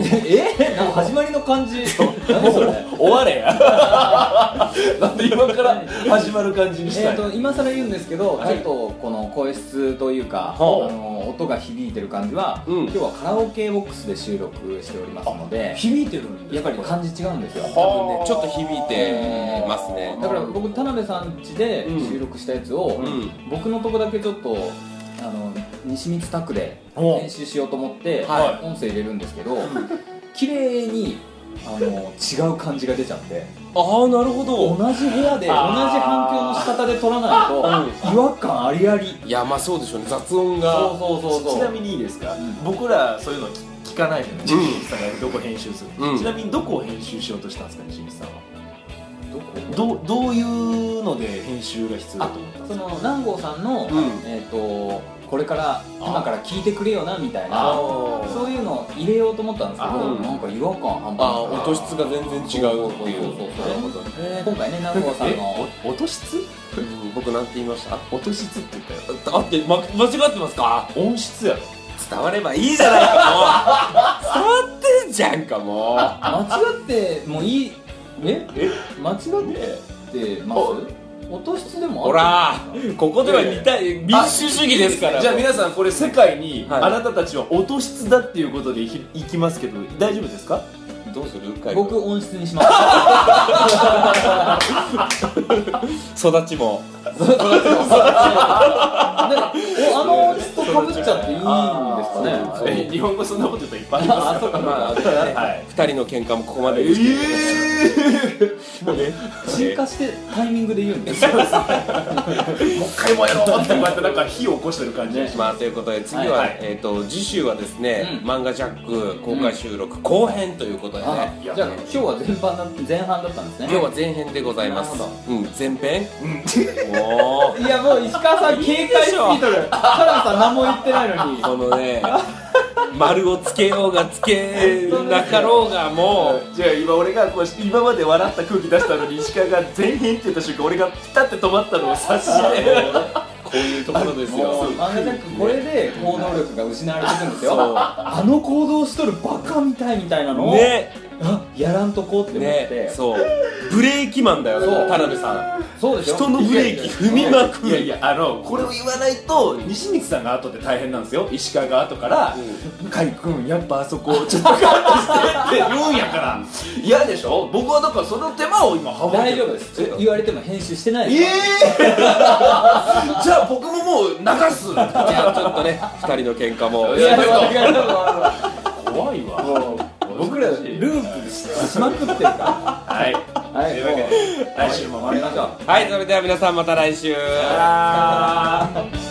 [SPEAKER 2] えなんか始まりの 感じ何それ
[SPEAKER 3] 終われやなんで今から始まる感じにし
[SPEAKER 2] え
[SPEAKER 3] た
[SPEAKER 2] ー、
[SPEAKER 3] い、
[SPEAKER 2] と今更言うんですけど、ちょっとこの声質というか、
[SPEAKER 3] ほう
[SPEAKER 2] あの音が響いてる感じは、
[SPEAKER 1] うん
[SPEAKER 2] 今日はカラオケボックスで収録しておりますので
[SPEAKER 3] 響いてるん
[SPEAKER 2] やっぱり感じ違うんですよ
[SPEAKER 1] 多分ねちょっと響いてますね
[SPEAKER 2] だから僕田辺さん家で収録したやつを、
[SPEAKER 1] ん
[SPEAKER 2] 僕のとこだけちょっとあの西光タクで
[SPEAKER 3] お
[SPEAKER 2] 編集しようと思って、
[SPEAKER 3] は
[SPEAKER 2] 音声入れるんですけど綺麗にあの違う感じが出ちゃって
[SPEAKER 1] ああなるほ
[SPEAKER 2] 同
[SPEAKER 1] ど
[SPEAKER 2] じ部屋で同じ反響の仕方で撮らないと違和感ありあり
[SPEAKER 1] いやまあそうでしょうね雑音が
[SPEAKER 2] そうそうそうそう
[SPEAKER 3] ちなみにいいですか、
[SPEAKER 2] ん
[SPEAKER 3] 僕らそういうの聞聞かないのに西口さんがどこ編集する、
[SPEAKER 1] うん
[SPEAKER 3] ちなみにどこを編集しようとしたんですか西口さんはどどういうので編集が必要だと思ったんで
[SPEAKER 2] そ
[SPEAKER 3] すか
[SPEAKER 2] の南郷さんの、
[SPEAKER 1] うん
[SPEAKER 2] えー、とこれから今から聞いてくれよなみたいなそういうのを入れようと思ったんですけど
[SPEAKER 1] うん
[SPEAKER 2] なんか違和感半
[SPEAKER 1] ああ
[SPEAKER 2] 端なくて
[SPEAKER 1] 音質が全然違うってい
[SPEAKER 2] そ
[SPEAKER 1] う
[SPEAKER 2] うそうそうそう
[SPEAKER 1] なるほどね
[SPEAKER 2] 今回ね南郷さんの
[SPEAKER 3] えお音質
[SPEAKER 1] うん僕なんて言いましたあ
[SPEAKER 3] 音質って言ったよ
[SPEAKER 1] あって、ま、間違ってますか
[SPEAKER 3] 音質やろ
[SPEAKER 1] 伝わればいいじゃないかもう伝わってんじゃんかもう
[SPEAKER 2] 間違ってもいいえ
[SPEAKER 3] え
[SPEAKER 2] 間違ってます音質でも
[SPEAKER 1] ほらここでは似た民
[SPEAKER 3] や
[SPEAKER 1] 主主義ですから
[SPEAKER 3] じゃあ皆さんこれ世界に
[SPEAKER 1] はい
[SPEAKER 3] あなたたちは音質だっていうことでいきいきますけど大丈夫ですか
[SPEAKER 1] どうする海
[SPEAKER 2] 僕音質にします
[SPEAKER 1] 育ちも
[SPEAKER 2] でおあの音質とかぶっちゃっていいんですかね
[SPEAKER 3] え日本語そんなこと言ったらいっぱいありますから
[SPEAKER 1] まあ
[SPEAKER 3] はい
[SPEAKER 1] 2人の喧嘩もここまでですけど
[SPEAKER 2] 進化してタイミングで言うんです
[SPEAKER 3] もう一回もやろうってこうやってなんか火を起こしてる感じがしま
[SPEAKER 1] まあということで次は、
[SPEAKER 3] はいはい
[SPEAKER 1] えっ、と次週はですね、漫画ジャック公開収録後編ということでね、
[SPEAKER 2] あじゃあ今日は全般だ前半だったんですね
[SPEAKER 1] 今日は前編でございます
[SPEAKER 2] なる
[SPEAKER 1] うん前編もう
[SPEAKER 2] いやもう石川さん警戒しすぎとる田辺さん何も言ってないのに
[SPEAKER 1] このね丸をつけようがつけなかろうがもう
[SPEAKER 2] じゃあ今俺がこう今まで笑った空気出したのに石川が全員って言った瞬間俺がピタッて止まったのを察して
[SPEAKER 1] こういうところですよ
[SPEAKER 2] 漫画ジャックこれで行動力が失われていくんですよあの行動しとるバカみたいみたいなのを
[SPEAKER 1] ね
[SPEAKER 2] あやらんとこうって思って、
[SPEAKER 1] ねそうブレーキマンだよ
[SPEAKER 2] そう
[SPEAKER 1] 田辺さん
[SPEAKER 2] そうでしょ
[SPEAKER 1] 人のブレーキ踏みまく
[SPEAKER 3] いやい
[SPEAKER 1] る
[SPEAKER 3] やあのこれを言わないと西光さんが後で大変なんですよ石川が後から「甲斐君やっぱあそこ ちょっとカットして」って言うんやから嫌でしょ僕はだからその手間を今省いてる
[SPEAKER 2] 大丈夫です
[SPEAKER 3] え
[SPEAKER 2] 言われても編集してない
[SPEAKER 3] え
[SPEAKER 2] ですよ
[SPEAKER 3] ーじゃあ僕ももう流す
[SPEAKER 1] じゃあちょっとね2人の喧嘩も
[SPEAKER 2] いやいやいやいや
[SPEAKER 3] 怖いわ
[SPEAKER 2] もう僕らループしまくってるから
[SPEAKER 3] はい
[SPEAKER 2] はいもう
[SPEAKER 3] 来週も
[SPEAKER 2] 終わりましょう
[SPEAKER 1] はいそれでは皆さんまた来週
[SPEAKER 2] さよなら